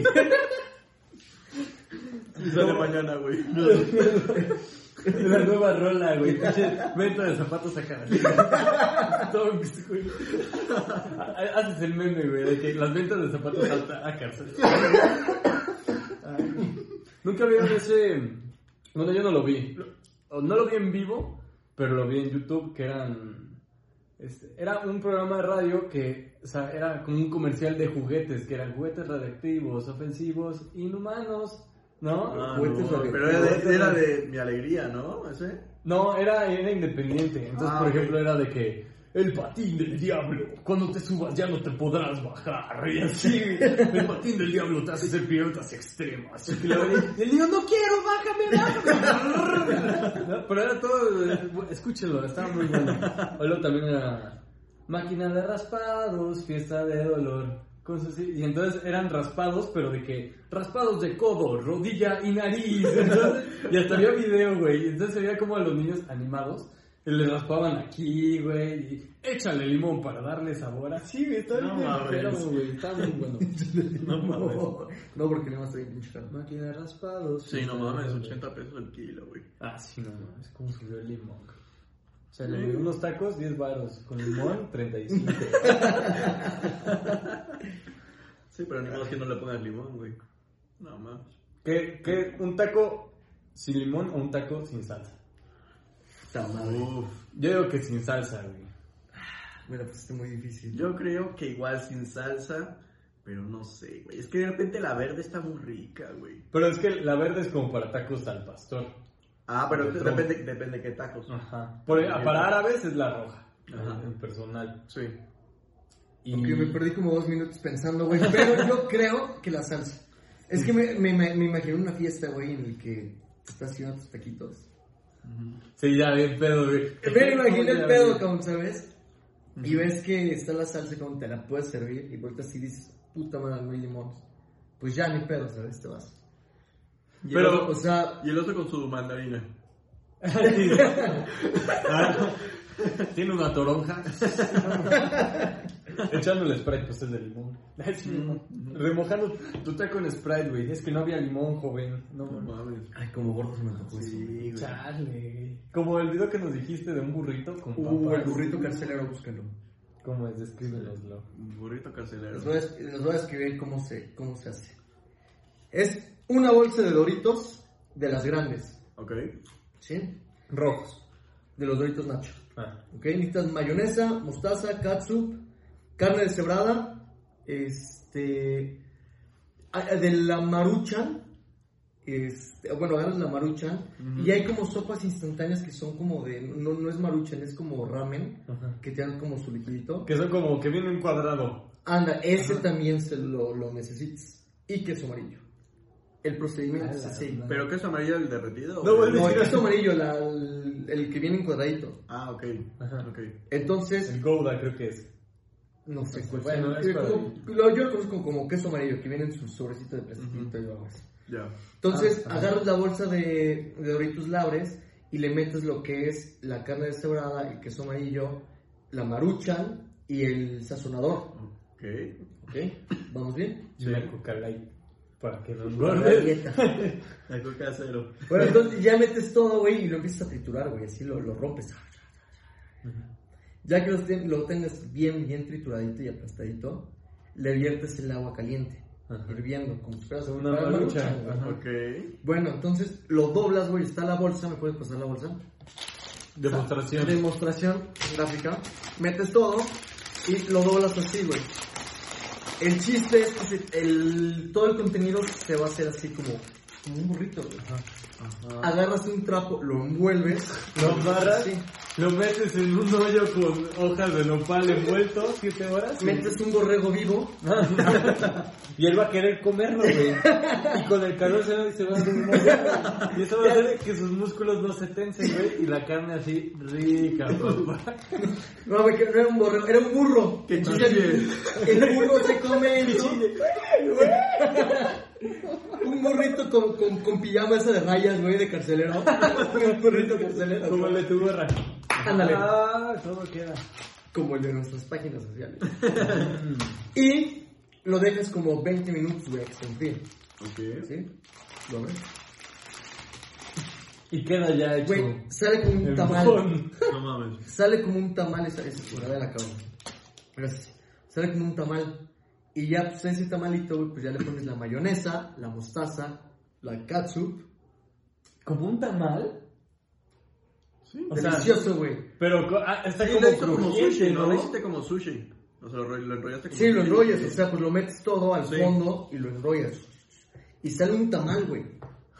[SPEAKER 3] Y sale mañana, güey.
[SPEAKER 2] La nueva rola, güey. Pinche Venta de zapatos acá para ti. Stonks, güey. Ha- Haces el meme, güey, de que las ventas de zapatos alta a cárcel. Ay. Nunca vieron ese. Bueno, yo no lo vi. O No lo vi en vivo, pero lo vi en YouTube, que eran. este, era un programa de radio que o sea, era como un comercial de juguetes, que eran juguetes radioactivos, ofensivos, inhumanos, ¿no?
[SPEAKER 3] Ah,
[SPEAKER 1] Juguetes
[SPEAKER 3] no,
[SPEAKER 1] radioactivos.
[SPEAKER 3] pero era de, era de mi alegría, ¿no? Ese.
[SPEAKER 2] No, era, era independiente. Entonces,
[SPEAKER 3] Ah,
[SPEAKER 2] por
[SPEAKER 3] ok.
[SPEAKER 2] ejemplo, era de que el patín del diablo, cuando te subas ya no te podrás bajar. Y así, el patín del diablo te hace hacer piruetas extremas. Y que la verdad- y el niño, no quiero, bájame, bájame. No, pero era todo, escúchenlo, estaba muy bueno. O luego también era máquina de raspados, fiesta de dolor. cosas así. Y entonces eran raspados, pero de que raspados de codo, rodilla y nariz. Entonces, y hasta había video, güey. Y Entonces se veía como a los niños animados le raspaban aquí, güey. Y échale limón para darle sabor. Así, güey. Está
[SPEAKER 3] No
[SPEAKER 2] bien
[SPEAKER 3] mames.
[SPEAKER 2] enfermo, güey. Está muy bueno.
[SPEAKER 3] No
[SPEAKER 1] no, no, porque no va a estar bien pinche caro.
[SPEAKER 2] máquina de raspados.
[SPEAKER 3] Sí, no mames, 80 pesos el kilo, güey.
[SPEAKER 2] Ah, sí, no mames. ¿Cómo subió el limón? güey? O sea, le dio unos tacos, 10 varos. Con limón, 35.
[SPEAKER 3] Sí, pero ni modo que no le pongas limón, güey. No mames.
[SPEAKER 2] ¿Qué, qué, ¿Un taco sin limón o un taco sin salsa?
[SPEAKER 1] Está madre.
[SPEAKER 3] Uf.
[SPEAKER 2] Yo digo que sin salsa, güey.
[SPEAKER 1] Me la pusiste pues, muy difícil.
[SPEAKER 3] Yo creo que igual sin salsa, pero no sé, güey. Es que de repente la verde está muy rica, güey.
[SPEAKER 2] Pero es que la verde es como para tacos al pastor.
[SPEAKER 3] Ah, pero
[SPEAKER 2] Con el
[SPEAKER 3] depende, depende qué tacos.
[SPEAKER 2] Ajá. Por, ah, para árabes es la roja.
[SPEAKER 3] Ajá.
[SPEAKER 2] En personal.
[SPEAKER 3] Sí.
[SPEAKER 2] Y...
[SPEAKER 1] Porque
[SPEAKER 3] Mm.
[SPEAKER 1] me perdí como dos minutos pensando, güey. Pero yo creo que la salsa. Es que me, me, me imaginé una fiesta, güey, en la que estás haciendo tus taquitos.
[SPEAKER 2] Sí, ya, bien pedo, güey.
[SPEAKER 1] Me imaginé el pedo, como, ¿sabes? Y ves que está la salsa, como te la puedes servir. Y vueltas y dices, puta madre, no hay limón. Pues ya, ni pedo, ¿sabes? Te vas.
[SPEAKER 3] Y el
[SPEAKER 2] Pero-
[SPEAKER 3] oso-
[SPEAKER 1] O sea,
[SPEAKER 3] y el oso con su mandarina.
[SPEAKER 2] Sí. Ah, Tiene una toronja. Echando el Sprite, pues es de limón. Mm, Remojando tu taco en Sprite, güey. Es que no había limón, joven. No,
[SPEAKER 3] No mames.
[SPEAKER 1] Ay, como gordo se me antojó eso.
[SPEAKER 3] Sí, güey.
[SPEAKER 2] Chale. Como el video que nos dijiste de un burrito con
[SPEAKER 1] Uh, el
[SPEAKER 2] papas.
[SPEAKER 1] burrito carcelero, búscalo.
[SPEAKER 2] ¿Cómo es? Descríbenoslo.
[SPEAKER 3] Burrito carcelero.
[SPEAKER 1] Les voy, a, les voy a escribir cómo se, cómo se hace. Es una bolsa de doritos de las grandes,
[SPEAKER 3] Ok.
[SPEAKER 1] ¿sí?
[SPEAKER 2] Rojos.
[SPEAKER 1] De los doritos Nacho.
[SPEAKER 2] Ah.
[SPEAKER 1] ¿Ok? Necesitas mayonesa, mostaza, catsup, carne deshebrada, este. a- a- de la maruchan. Este, bueno, agarras la maruchan. Y hay como sopas instantáneas que son como de. No, no es maruchan, es como ramen.
[SPEAKER 2] Ajá.
[SPEAKER 1] Que te dan como su liquidito.
[SPEAKER 2] Que son como que viene un cuadrado.
[SPEAKER 1] Anda, ese también se lo, lo necesitas. Y queso amarillo. El procedimiento es
[SPEAKER 2] Ala,
[SPEAKER 1] así.
[SPEAKER 2] madre.
[SPEAKER 3] ¿Pero qué es amarillo el derretido?
[SPEAKER 2] No,
[SPEAKER 3] güey?
[SPEAKER 2] güey.
[SPEAKER 1] No, el queso amarillo, la- el, el que viene en cuadradito.
[SPEAKER 3] Ah, ok.
[SPEAKER 2] Ajá.
[SPEAKER 3] Ok.
[SPEAKER 1] Entonces,
[SPEAKER 2] El Gouda creo que es.
[SPEAKER 1] No sé
[SPEAKER 2] Este,
[SPEAKER 1] cuál
[SPEAKER 2] bueno,
[SPEAKER 1] sea.
[SPEAKER 2] es
[SPEAKER 1] Eh,
[SPEAKER 2] para-
[SPEAKER 1] como- lo- yo lo conozco como queso amarillo, que viene en su sobrecito de plastiquito y vamos.
[SPEAKER 3] Ya.
[SPEAKER 1] Entonces,
[SPEAKER 2] Ah, ah.
[SPEAKER 1] agarras la bolsa de, de Doritos Labres y le metes lo que es la carne deshebrada, el queso amarillo, la maruchan y el sazonador.
[SPEAKER 3] Ok.
[SPEAKER 1] ¿Ok? ¿Vamos bien?
[SPEAKER 2] Y una coca light. Para que no
[SPEAKER 1] La
[SPEAKER 2] engorde.
[SPEAKER 1] dieta.
[SPEAKER 3] Algo casero.
[SPEAKER 1] Bueno, entonces ya metes todo, güey, y lo empiezas a triturar, güey, así lo, lo rompes. Ya que lo, ten- lo tengas bien, bien trituradito y aplastadito, le viertes el agua caliente,
[SPEAKER 2] Ajá.
[SPEAKER 1] hirviendo, como si fueras
[SPEAKER 2] Una
[SPEAKER 1] preparar
[SPEAKER 2] marucha,
[SPEAKER 1] maruchan, güey.
[SPEAKER 2] Ajá.
[SPEAKER 3] Ok.
[SPEAKER 1] Bueno, entonces lo doblas, güey, está la bolsa, ¿me puedes pasar la bolsa?
[SPEAKER 2] Demostración.
[SPEAKER 1] Demostración gráfica. Metes todo y lo doblas así, güey. El chiste es que se- el, todo el contenido se va a hacer así como, como un burrito, güey.
[SPEAKER 3] Ajá.
[SPEAKER 1] Agarras un trapo, lo envuelves,
[SPEAKER 2] Lo amarras,
[SPEAKER 1] Sí.
[SPEAKER 2] lo metes en un hoyo con hojas de nopal envuelto, siete horas.
[SPEAKER 1] metes un borrego vivo,
[SPEAKER 2] Y él va a querer comerlo, güey. Y con el calor se, va- se va a desmayar. güey. Y eso va a hacer que sus músculos no se tensen, güey. Y la carne así rica, papá.
[SPEAKER 1] no, güey, que no era un borrego, era un burro.
[SPEAKER 3] ¡Qué
[SPEAKER 1] Entonces, El burro se come eso. Un burrito con, con, con pijama esa de rayas, güey, de carcelero. Un burrito carcelero.
[SPEAKER 2] Como el de tu gorra.
[SPEAKER 1] Ándale.
[SPEAKER 2] Ah, todo queda.
[SPEAKER 1] como el de nuestras páginas sociales. y lo dejas como 20 minutos, güey, en fin.
[SPEAKER 3] Ok.
[SPEAKER 1] ¿Sí? ¿Lo ves?
[SPEAKER 2] Y queda ya hecho.
[SPEAKER 1] Güey, sale como un
[SPEAKER 2] el
[SPEAKER 1] tamal.
[SPEAKER 2] mojón.
[SPEAKER 3] No mames.
[SPEAKER 1] Sale como un tamal esa, esa la cabrón. Gracias. Sale como un tamal. Y ya, pues ese tamalito, güey, pues ya le pones la mayonesa, la mostaza, la catsup.
[SPEAKER 2] ¿Como un tamal?
[SPEAKER 3] Sí.
[SPEAKER 2] O sea,
[SPEAKER 1] Delicioso, güey.
[SPEAKER 2] Pero co- ah, está
[SPEAKER 3] Sí, lo
[SPEAKER 2] como
[SPEAKER 3] hiciste como sushi,
[SPEAKER 2] crujiente,
[SPEAKER 3] ¿no?
[SPEAKER 2] ¿no?
[SPEAKER 3] Lo hiciste como sushi. O sea, lo enro- lo enrollaste como
[SPEAKER 1] Sí, lo
[SPEAKER 3] sushi.
[SPEAKER 1] enrollas, o sea, pues lo metes todo al
[SPEAKER 3] Sí.
[SPEAKER 1] fondo y lo enrollas. Y sale un tamal, güey.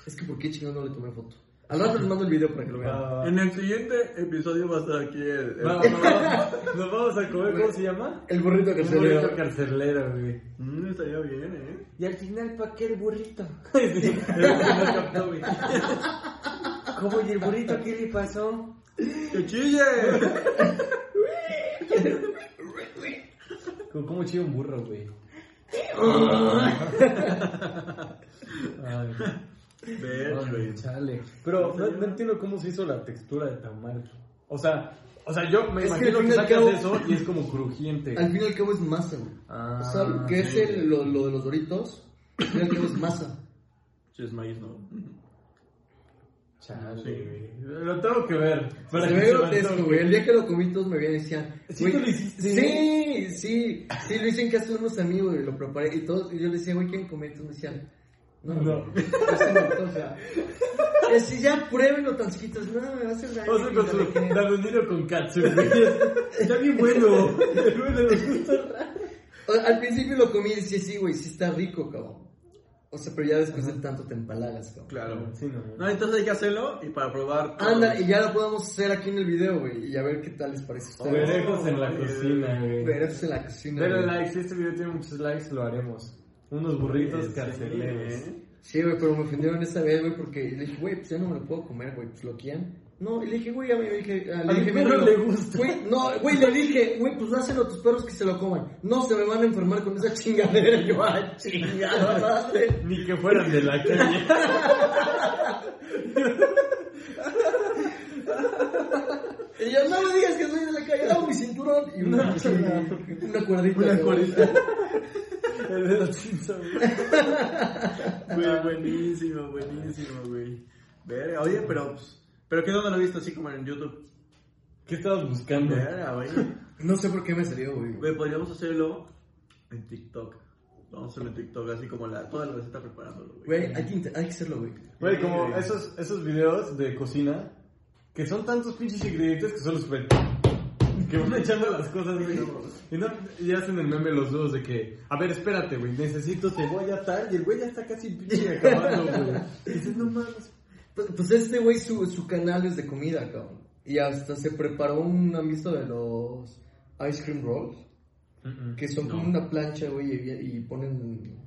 [SPEAKER 1] Es que por qué chingado no le tomé foto. Al rato les mando el video para que lo vean.
[SPEAKER 2] Ah,
[SPEAKER 3] En el siguiente episodio va a estar aquí el... el-
[SPEAKER 2] No, no, no. Nos vamos a comer, ¿cómo se llama?
[SPEAKER 1] El burrito que
[SPEAKER 2] Un
[SPEAKER 1] se le
[SPEAKER 2] burrito carcelero, güey.
[SPEAKER 3] Mm, estaría bien, ¿eh?
[SPEAKER 2] Y al final, ¿para qué el burrito? Sí, es lo que no captó, güey. ¿Cómo y el burrito qué le pasó?
[SPEAKER 3] ¡Que chille!
[SPEAKER 2] ¿Cómo, cómo chilla un burro, güey? Ay,
[SPEAKER 3] Ver, güey.
[SPEAKER 2] chale. Pero no, no entiendo cómo se hizo la textura de tamal. O sea, o sea, yo me
[SPEAKER 1] Es que al
[SPEAKER 2] imagino que,
[SPEAKER 1] fin y al
[SPEAKER 2] sacas
[SPEAKER 1] cabo-
[SPEAKER 2] eso y es como crujiente.
[SPEAKER 1] Al fin y al cabo es masa, güey.
[SPEAKER 2] Ah,
[SPEAKER 1] o sea, lo que es
[SPEAKER 2] sí.
[SPEAKER 1] el- lo, lo de los doritos, al fin y al cabo es masa.
[SPEAKER 3] Sí, es maíz, ¿no?
[SPEAKER 2] Chale,
[SPEAKER 3] Sí.
[SPEAKER 2] güey. Lo tengo que ver. para
[SPEAKER 1] Se
[SPEAKER 2] que
[SPEAKER 1] ve
[SPEAKER 2] se me
[SPEAKER 1] grotesco,
[SPEAKER 2] antoje.
[SPEAKER 1] güey. El día que lo comí todos me veían y decían...
[SPEAKER 2] ¿Sí
[SPEAKER 1] güey,
[SPEAKER 2] tú lo hiciste?
[SPEAKER 1] Sí, sí. Sí, lo hice en casa de unos amigos, güey. Lo preparé y todos... Y yo les decía, güey, ¿quieren comer? Y todos me decían... No,
[SPEAKER 2] No.
[SPEAKER 1] no. O sea... Si ya pruébenlo tan chiquitos, no, me va a hacer daño.
[SPEAKER 2] O sea, con su
[SPEAKER 1] ¿Qué?
[SPEAKER 2] danonino con katsu, güey. Está bien bueno.
[SPEAKER 1] O sea, al principio lo comí y decía, sí, güey, sí está rico, cabrón. O sea, pero ya después de tanto te empalagas, cabrón.
[SPEAKER 3] Claro.
[SPEAKER 2] Sí, no.
[SPEAKER 3] No, entonces hay que hacerlo y para probar... todo.
[SPEAKER 1] Anda, y ya lo podemos hacer aquí en el video, güey, y a ver qué tal les parece a ustedes.
[SPEAKER 2] Conejos en la
[SPEAKER 3] Oye.
[SPEAKER 2] cocina, güey.
[SPEAKER 1] Pero eso es en la cocina.
[SPEAKER 2] Denle
[SPEAKER 1] güey.
[SPEAKER 2] like, si este video tiene muchos likes, lo haremos. Unos burritos
[SPEAKER 3] Sí,
[SPEAKER 2] carceleros.
[SPEAKER 3] ¿eh?
[SPEAKER 1] Sí, güey, pero me ofendieron esa vez, güey, porque le dije, güey, pues ya no me lo puedo comer, güey, pues lo quieren. No, y le dije, güey, a mí le dije, a,
[SPEAKER 2] A
[SPEAKER 1] le
[SPEAKER 2] mi
[SPEAKER 1] dije,
[SPEAKER 2] perro
[SPEAKER 1] "Bórralo".
[SPEAKER 2] le gusta.
[SPEAKER 1] Güey, no, güey, le dije, güey, pues dáselo a tus perros que se lo coman. No, se me van a enfermar con esa chingadera. Yo, ah, chingada madre.
[SPEAKER 2] Ni que fueran de la calle.
[SPEAKER 1] Y yo, no me digas que soy de la calle, no mi cinturón y una, así, una cuerdita.
[SPEAKER 3] Una
[SPEAKER 1] ¿no?
[SPEAKER 3] cuerdita.
[SPEAKER 2] El de la chinza, güey.
[SPEAKER 3] Güey, buenísimo, buenísimo, güey. Verga, oye, pero, pues, pero ¿qué dónde lo viste así como en YouTube?
[SPEAKER 2] ¿Qué estabas buscando?
[SPEAKER 3] Verga, güey.
[SPEAKER 1] No sé por qué me salió, güey.
[SPEAKER 3] Güey, podríamos hacerlo en TikTok. Vamos a hacerlo en TikTok, así como la, toda la receta preparándolo, güey.
[SPEAKER 1] Güey, hay que, inte- hay que hacerlo, güey.
[SPEAKER 2] Güey, como esos, esos videos de cocina que son tantos pinches ingredientes que solo suben. Que van echando las cosas, güey. Y, no, y hacen el meme los dos de que, a ver, espérate, güey, necesito cebolla tal. Y el güey ya está casi pinche acabando, güey. Y dices, no mames.
[SPEAKER 1] Pues, pues este güey, su, su canal es de comida, cabrón. Y hasta se preparó una misa de los ice cream rolls, que son como una plancha, güey, y, y ponen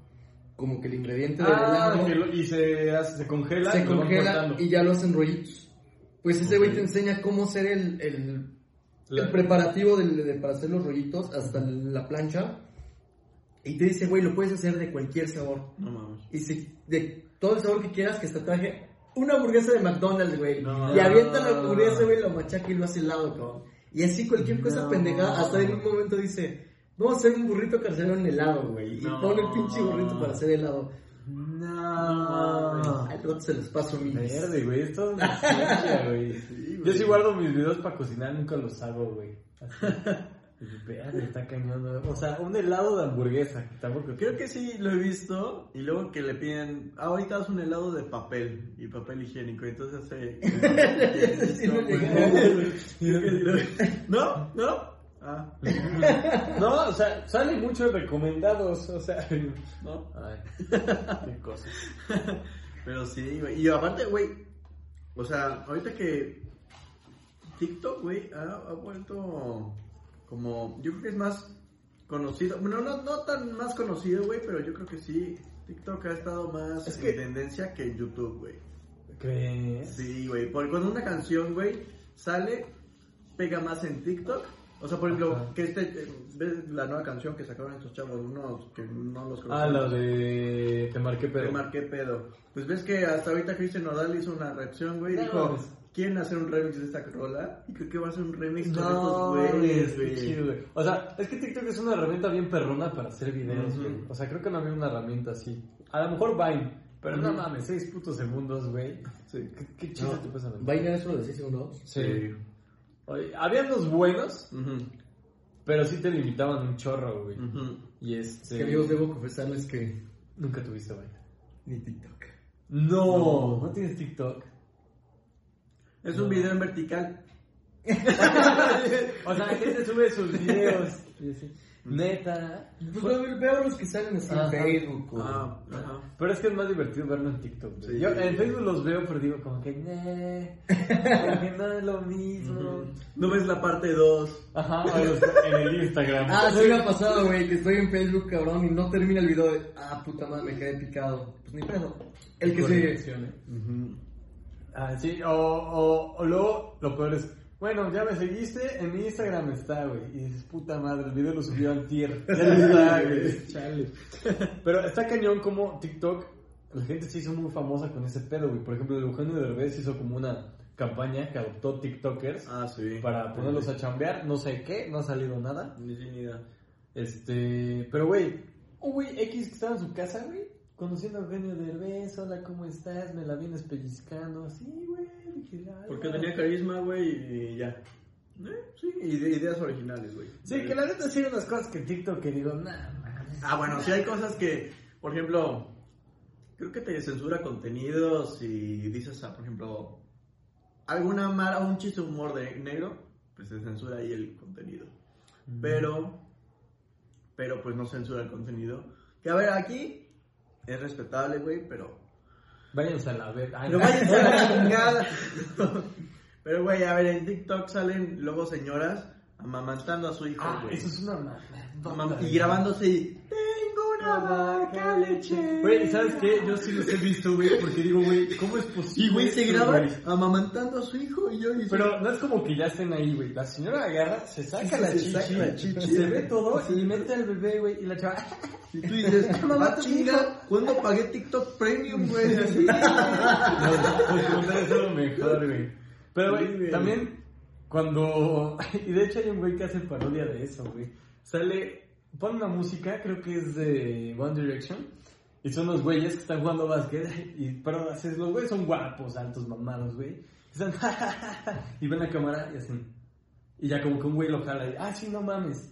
[SPEAKER 1] como que el ingrediente del
[SPEAKER 2] Ah,
[SPEAKER 1] helado
[SPEAKER 2] que lo- y se, hace- se congela. y
[SPEAKER 1] se
[SPEAKER 2] lo van
[SPEAKER 1] congela
[SPEAKER 2] cortando.
[SPEAKER 1] y ya lo hacen rollitos. Pues ese güey
[SPEAKER 2] Ok.
[SPEAKER 1] te enseña cómo hacer el, el,
[SPEAKER 2] La-
[SPEAKER 1] el preparativo del- de- para hacer los rollitos hasta la plancha. Y te dice, güey, lo puedes hacer de cualquier sabor.
[SPEAKER 3] No mames.
[SPEAKER 1] Y si de todo el sabor que quieras, que hasta traje una hamburguesa de McDonald's, güey.
[SPEAKER 3] No.
[SPEAKER 1] y avienta la hamburguesa, güey, lo machaca y lo hace helado, cabrón. Y así cualquier cosa
[SPEAKER 2] No.
[SPEAKER 1] pendejada, hasta en un momento dice, vamos a hacer un burrito carcelero en helado, güey. Y
[SPEAKER 3] No.
[SPEAKER 1] pone el pinche burrito para hacer helado.
[SPEAKER 2] No.
[SPEAKER 1] Al rato se los paso mi
[SPEAKER 2] Verde, güey, es toda una ciencia, güey. Yo sí guardo mis videos para cocinar, nunca los hago, güey. Así. Verde, está cañón. güey. O sea, un helado de hamburguesa, que tampoco...
[SPEAKER 3] Creo que sí lo he visto y luego que le piden, ah, ahorita haz un helado de papel y papel higiénico, entonces hace...
[SPEAKER 1] Sí, no
[SPEAKER 3] ¿No? ¿No? Ah,
[SPEAKER 2] No, o sea, salen muchos recomendados, o sea...
[SPEAKER 3] no.
[SPEAKER 2] Ay, qué cosas.
[SPEAKER 3] Pero sí, güey. Y aparte, güey, o sea, ahorita que TikTok, güey, ha, ha vuelto como, yo creo que es más conocido, bueno, no, no tan más conocido, güey, pero yo creo que sí, TikTok ha estado más
[SPEAKER 2] Es
[SPEAKER 3] en
[SPEAKER 2] que-
[SPEAKER 3] tendencia que YouTube, güey.
[SPEAKER 2] ¿Crees?
[SPEAKER 3] Sí, güey, porque cuando una canción, güey, sale, pega más en TikTok. O sea, por ejemplo,
[SPEAKER 2] Ajá.
[SPEAKER 3] que este, eh, ¿ves la nueva canción que sacaron estos chavos? Unos que no los
[SPEAKER 2] Ah, la de... Te marqué, pero...
[SPEAKER 3] Te marqué pedo. Pues ves que hasta ahorita Cristian Nodal hizo una reacción, güey, y
[SPEAKER 2] No.
[SPEAKER 3] dijo, ¿quieren hacer un remix de esta rola? Y creo que va a hacer un remix con
[SPEAKER 2] No,
[SPEAKER 3] estos güeyes,
[SPEAKER 2] güey, qué chido,
[SPEAKER 3] güey.
[SPEAKER 2] güey. O sea, es que TikTok es una herramienta bien perrona para hacer videos,
[SPEAKER 3] Ujú.
[SPEAKER 2] güey. O sea, creo que no había una herramienta así. A lo mejor Vine, pero no
[SPEAKER 3] Ujú.
[SPEAKER 2] mames, seis putos segundos, güey.
[SPEAKER 3] Sí.
[SPEAKER 2] ¿Qué, qué chiste te pasa, güey?
[SPEAKER 1] ¿Va a ir a eso de 6 segundos?
[SPEAKER 2] Sí. Oye, había unos buenos,
[SPEAKER 3] Ujú,
[SPEAKER 2] pero sí te limitaban un chorro, güey.
[SPEAKER 3] ujú.
[SPEAKER 2] Y este.
[SPEAKER 1] Que amigos, debo confesarles que
[SPEAKER 2] Nunca tuviste Vine.
[SPEAKER 1] ni TikTok.
[SPEAKER 2] No, no, tienes TikTok.
[SPEAKER 3] Es un video en vertical.
[SPEAKER 2] O sea, la gente sube sus videos. Y así, Neta.
[SPEAKER 1] Pues veo, veo los que salen así en
[SPEAKER 2] Ajá.
[SPEAKER 1] Facebook, güey.
[SPEAKER 3] Ah, ajá.
[SPEAKER 2] Pero es que es más divertido verlo en TikTok. güey.
[SPEAKER 3] Sí.
[SPEAKER 2] Yo en Facebook los veo, pero digo como que, "Neh, como que no es lo mismo.
[SPEAKER 3] No ves la parte 2.
[SPEAKER 2] Ajá, o los- en el Instagram.
[SPEAKER 1] Ah, sí me ha pasado, güey, que estoy en Facebook, cabrón, y no termina el video de, ah, puta madre, me quedé picado. Pues ni pedo. El que sigue.
[SPEAKER 2] Correcciones. Ah, sí, o, o, o luego lo peor es, bueno, ya me seguiste, en mi Instagram está, güey. Y dices, puta madre, el video lo subió antier. Ya no está, güey. Chale. Pero está cañón como TikTok, la gente se hizo muy famosa con ese pedo, güey. Por ejemplo, Eugenio Derbez hizo como una campaña que adoptó TikTokers
[SPEAKER 3] Ah, sí.
[SPEAKER 2] para ponerlos a chambear, no sé qué, no ha salido nada.
[SPEAKER 3] Ni sí, ni da.
[SPEAKER 2] Este, pero güey, un güey X que estaba en su casa, güey, conociendo a Eugenio Derbez, hola, ¿cómo estás? Me la vienes pellizcando, así, güey. dije, "Ay,
[SPEAKER 3] Porque
[SPEAKER 2] güey".
[SPEAKER 3] tenía carisma, güey, y ya. ¿Eh? Sí, y de ideas originales, güey.
[SPEAKER 2] Sí, que la neta sí hay unas cosas que en TikTok que digo, nah, mames".
[SPEAKER 3] Ah, bueno, sí hay cosas que, por ejemplo, creo que te censura contenidos y dices, ah, por ejemplo, alguna mala, un chiste de humor de negro, pues se censura ahí el contenido. Mm. Pero, pero pues no censura el contenido. Que a ver, aquí es respetable, güey, pero
[SPEAKER 2] Váyanse a la ver. Ay, no.
[SPEAKER 3] pero váyanse a la chingada. Pero, güey, a ver, en TikTok salen luego señoras amamantando a su hijo,
[SPEAKER 2] Ah,
[SPEAKER 3] güey.
[SPEAKER 2] eso es una mamada.
[SPEAKER 3] Amam- Y grabándose y... Tengo una vaca leche.
[SPEAKER 2] Güey, ¿sabes qué? Yo sí los he visto, güey, porque digo, güey, ¿cómo es posible?
[SPEAKER 3] Y, güey, se
[SPEAKER 2] esto,
[SPEAKER 3] graba
[SPEAKER 2] güey?
[SPEAKER 3] amamantando a su hijo y yo... Y
[SPEAKER 2] Pero no es como que ya estén ahí, güey. La señora agarra, se saca la,
[SPEAKER 3] se
[SPEAKER 2] chichi,
[SPEAKER 3] saca la chichi.
[SPEAKER 2] se ve todo y mete al bebé, güey. Y la chava,
[SPEAKER 3] Y tú dices,
[SPEAKER 2] Mamá,
[SPEAKER 3] ah,
[SPEAKER 2] tu
[SPEAKER 3] chinga, ¿cuándo pagué TikTok Premium, güey?
[SPEAKER 2] No, los comentarios son Pues, lo mejor, güey. Pero,
[SPEAKER 3] Sí,
[SPEAKER 2] güey,
[SPEAKER 3] güey.
[SPEAKER 2] también Cuando. Y de hecho hay un güey que hace parodia de eso, güey. Sale. Pone una música, creo que es de One Direction. Y son los güeyes que están jugando básquet. Y, pero así es, los güeyes son guapos, altos, mamados, güey. Y Están. y ven la cámara y así. Y ya como que un güey lo jala y. Ah, sí, no mames.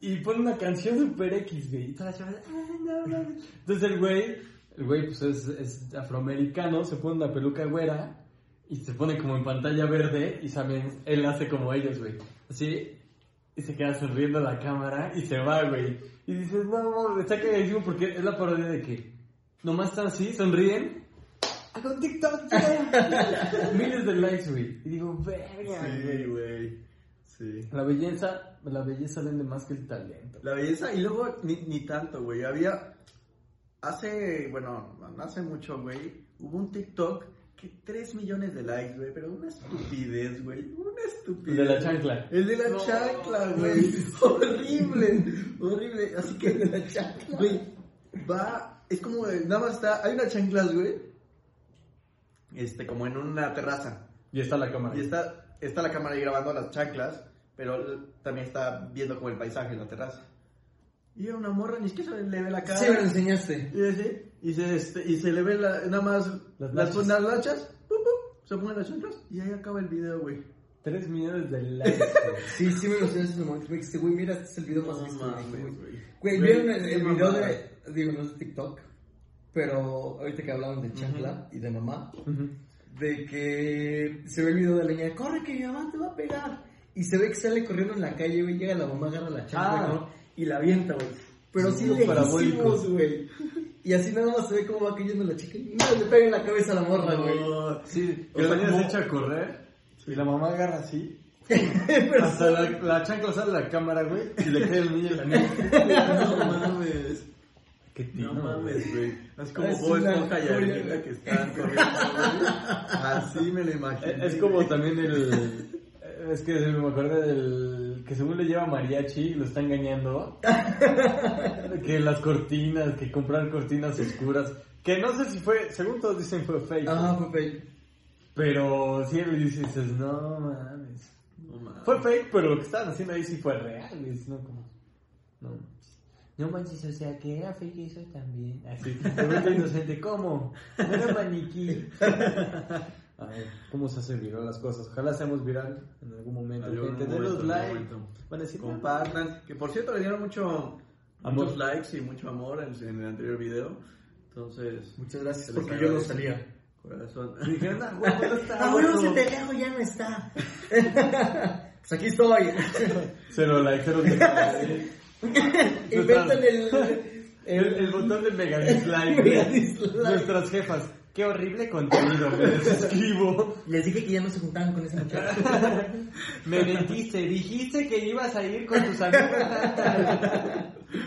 [SPEAKER 2] Y pone una canción super X, güey. Y todas las chavas, ah, no, no. Entonces el güey, el güey pues es, es afroamericano, se pone una peluca güera y se pone como en pantalla verde y también él hace como ellos, güey. Así, y se queda sonriendo a la cámara y se va, güey. Y dices, no, no, está cagadísimo porque es la parodia de que nomás están así, sonríen. Hago un TikTok, güey". Miles de likes, güey. Y digo, verga,
[SPEAKER 3] Sí,
[SPEAKER 2] güey.
[SPEAKER 3] güey. Sí.
[SPEAKER 2] La belleza, la belleza vende más que el talento.
[SPEAKER 3] La belleza, y luego ni, ni tanto, güey. Había. Hace. Bueno, no hace mucho, güey. Hubo un TikTok que 3 millones de likes, güey. Pero una estupidez, güey. Una
[SPEAKER 2] El
[SPEAKER 3] estupidez.
[SPEAKER 2] de la chancla.
[SPEAKER 3] El de la chancla, güey. horrible, horrible. Así que el de la chancla. Güey, va. Es como. de- Nada más está. Hay unas chanclas, güey. Este, como en una terraza.
[SPEAKER 2] Y está la cámara.
[SPEAKER 3] Y está, está la cámara ahí grabando las chanclas, pero l- también está viendo como el paisaje en la terraza. Y era una morra, ni siquiera se le ve la cara.
[SPEAKER 1] Sí, me lo enseñaste.
[SPEAKER 3] y, así, y se, este, y se le ve la- nada más
[SPEAKER 2] Las
[SPEAKER 3] las,
[SPEAKER 2] lachas.
[SPEAKER 3] las, lachas, pum, pum, se ponen las chanclas y ahí acaba el video, güey.
[SPEAKER 2] 3 millones de likes. güey.
[SPEAKER 1] Sí, sí me lo enseñaste en el momento. Me dijiste, güey, mira, este es el video más
[SPEAKER 3] No
[SPEAKER 1] visto.
[SPEAKER 3] mames,
[SPEAKER 1] Dije,
[SPEAKER 3] güey.
[SPEAKER 1] Güey,
[SPEAKER 3] Güey,
[SPEAKER 1] ¿vieron el,
[SPEAKER 3] qué
[SPEAKER 1] el video
[SPEAKER 3] mamada.
[SPEAKER 1] de, digo, no es de TikTok, pero ahorita que hablaban de chancla y de mamá, de que se ve el video de la niña, corre que mi mamá te va a pegar. Y se ve que sale corriendo en la calle, güey, llega la mamá, agarra la chancla
[SPEAKER 2] Ah.
[SPEAKER 1] ¿no? y la avienta, güey. Pero sí,
[SPEAKER 2] Sí, parabólicos.
[SPEAKER 1] lejísimos, güey. Y así nada más se ve cómo va cayendo la chica y no, le pega en la cabeza a la morra, güey.
[SPEAKER 3] No.
[SPEAKER 2] Sí,
[SPEAKER 3] Oh,
[SPEAKER 2] que
[SPEAKER 3] O
[SPEAKER 2] la
[SPEAKER 3] sea,
[SPEAKER 2] niña
[SPEAKER 3] como-
[SPEAKER 2] se echa a correr y la mamá agarra así.
[SPEAKER 1] Pero
[SPEAKER 2] Hasta la, la chancla sale a la cámara, güey, y le cae el niño en la niña.
[SPEAKER 3] No mames.
[SPEAKER 2] Qué
[SPEAKER 3] No mames, güey. Es como
[SPEAKER 1] Es
[SPEAKER 3] Bob
[SPEAKER 1] una
[SPEAKER 3] Esponja y
[SPEAKER 1] joya,
[SPEAKER 3] Arenita
[SPEAKER 1] güey.
[SPEAKER 3] que están corriendo, güey. Así me lo imaginé.
[SPEAKER 2] Es como también el. Es que me acordé del. Que según le lleva mariachi y lo está engañando. Que las cortinas, que comprar cortinas oscuras. Que no sé si fue. Según todos dicen fue fake.
[SPEAKER 1] Ajá, Pepe.
[SPEAKER 2] Pero sí le dices, no mames.
[SPEAKER 3] No mames.
[SPEAKER 2] Fue fake, pero lo que estaban haciendo ahí sí fue real, es, ¿no? Como, no, no manches, o sea, que era fake eso también. Así, de repente inocente, ¿cómo? No Era maniquí. A ver, ¿cómo se hace viral las cosas? Ojalá seamos viral en algún momento,
[SPEAKER 3] Algún
[SPEAKER 2] gente. Den
[SPEAKER 3] momento,
[SPEAKER 2] los likes.
[SPEAKER 3] algún momento.
[SPEAKER 2] Van a decir,
[SPEAKER 3] compartan. Que por cierto le dieron mucho,
[SPEAKER 2] Amor.
[SPEAKER 3] muchos likes y mucho amor en, en el anterior video. Entonces,
[SPEAKER 1] Muchas gracias
[SPEAKER 3] Se les
[SPEAKER 1] porque yo no
[SPEAKER 3] agradece.
[SPEAKER 1] salía.
[SPEAKER 3] corazón.
[SPEAKER 2] "No". Dijeron, ah, güey,
[SPEAKER 3] pues,
[SPEAKER 2] ¿dónde está?
[SPEAKER 4] Ah, bueno,
[SPEAKER 2] Otro.
[SPEAKER 4] si te leo ya no está.
[SPEAKER 1] Pues aquí estoy.
[SPEAKER 2] Cero like, cero dislike.
[SPEAKER 1] Inventan el,
[SPEAKER 2] El,
[SPEAKER 1] el,
[SPEAKER 2] el botón de mega dislike.
[SPEAKER 1] Mega
[SPEAKER 2] güey.
[SPEAKER 1] dislike.
[SPEAKER 2] Nuestras jefas. Qué horrible contenido, me desescribo.
[SPEAKER 1] Les dije que ya no se juntaban con ese muchacho.
[SPEAKER 2] Me mentiste, dijiste que ibas a ir con tus amigos.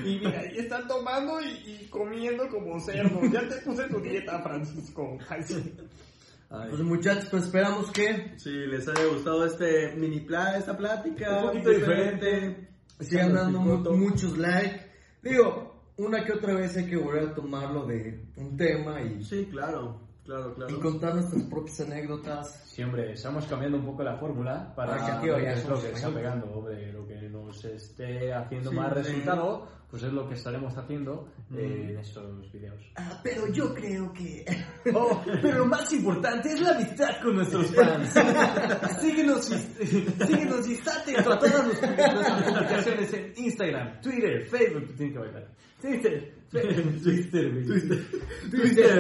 [SPEAKER 2] Y mira, ahí están tomando y, y comiendo como cerdos. Ya te puse tu dieta, Francisco. Ay, sí.
[SPEAKER 1] Pues muchachos, pues esperamos que
[SPEAKER 3] Si les haya gustado este mini plan, esta plática.
[SPEAKER 2] Un poquito
[SPEAKER 1] sigan dando mu-
[SPEAKER 2] picoto.
[SPEAKER 1] muchos likes. Digo, una que otra vez hay que volver a tomarlo de un tema y,
[SPEAKER 3] Sí, claro, claro, claro.
[SPEAKER 1] y contar nuestras propias anécdotas.
[SPEAKER 2] Siempre estamos cambiando un poco la fórmula para
[SPEAKER 1] Ah, que, tío, ya
[SPEAKER 2] ver qué es lo
[SPEAKER 1] somos
[SPEAKER 2] que está
[SPEAKER 1] español.
[SPEAKER 2] pegando, hombre, lo que nos esté haciendo
[SPEAKER 3] Sí,
[SPEAKER 2] más
[SPEAKER 3] sí.
[SPEAKER 2] resultado, pues es lo que estaremos haciendo eh, en estos videos.
[SPEAKER 4] Ah, pero yo creo que.
[SPEAKER 2] Oh, pero lo más importante es la amistad con nuestros fans. síguenos, y- síguenos y estate a todas nuestras nuestras publicaciones en Instagram, Twitter, Facebook. Tienen que bailar. Twitter, Facebook, Twitter,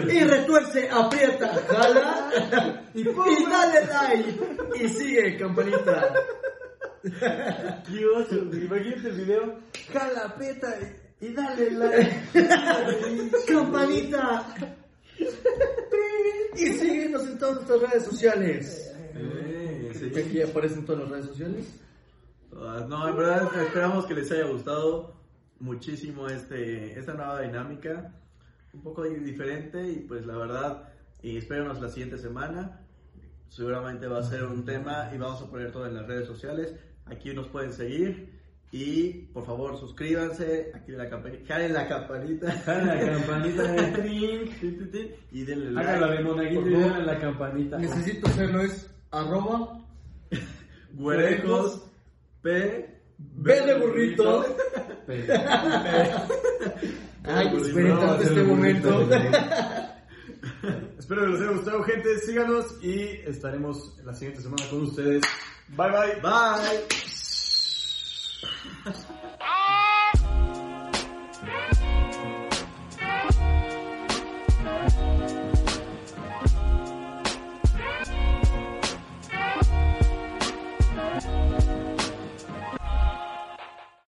[SPEAKER 2] güey.
[SPEAKER 1] Y retuerce, aprieta, jala
[SPEAKER 2] Y
[SPEAKER 1] y,
[SPEAKER 2] pum,
[SPEAKER 1] dale like. Y sigue, campanita.
[SPEAKER 2] Dios, güey, imagínate el video. Jala, peta y y dale like.
[SPEAKER 4] Campanita.
[SPEAKER 1] Y síguenos en todas nuestras redes sociales.
[SPEAKER 3] Eh, sí.
[SPEAKER 1] Que Aquí aparecen todas las redes sociales.
[SPEAKER 3] Ah, No, en verdad esperamos que les haya gustado muchísimo este, esta nueva dinámica, un poco di- diferente y pues la verdad, y espérenos la siguiente semana, seguramente va a ser un tema y vamos a poner todo en las redes sociales, aquí nos pueden seguir y por favor suscríbanse, activen la campanita, jalen la campanita
[SPEAKER 2] Jala la campanita de trin.
[SPEAKER 3] tin, tin, tin, y denle like.
[SPEAKER 2] Hágala de monaguillo
[SPEAKER 3] por
[SPEAKER 2] y
[SPEAKER 3] favor.
[SPEAKER 2] dale a la campanita.
[SPEAKER 1] Necesito hacerlo es arroba
[SPEAKER 3] Huerecos, P,
[SPEAKER 1] B de burrito. Ay, esperen
[SPEAKER 3] No, va a
[SPEAKER 1] tanto
[SPEAKER 3] ser
[SPEAKER 1] este
[SPEAKER 3] un burrito,
[SPEAKER 1] momento.
[SPEAKER 2] Espero que les haya gustado, gente. Síganos y estaremos la siguiente semana con ustedes. Bye bye.
[SPEAKER 3] Bye.
[SPEAKER 5] Thank you.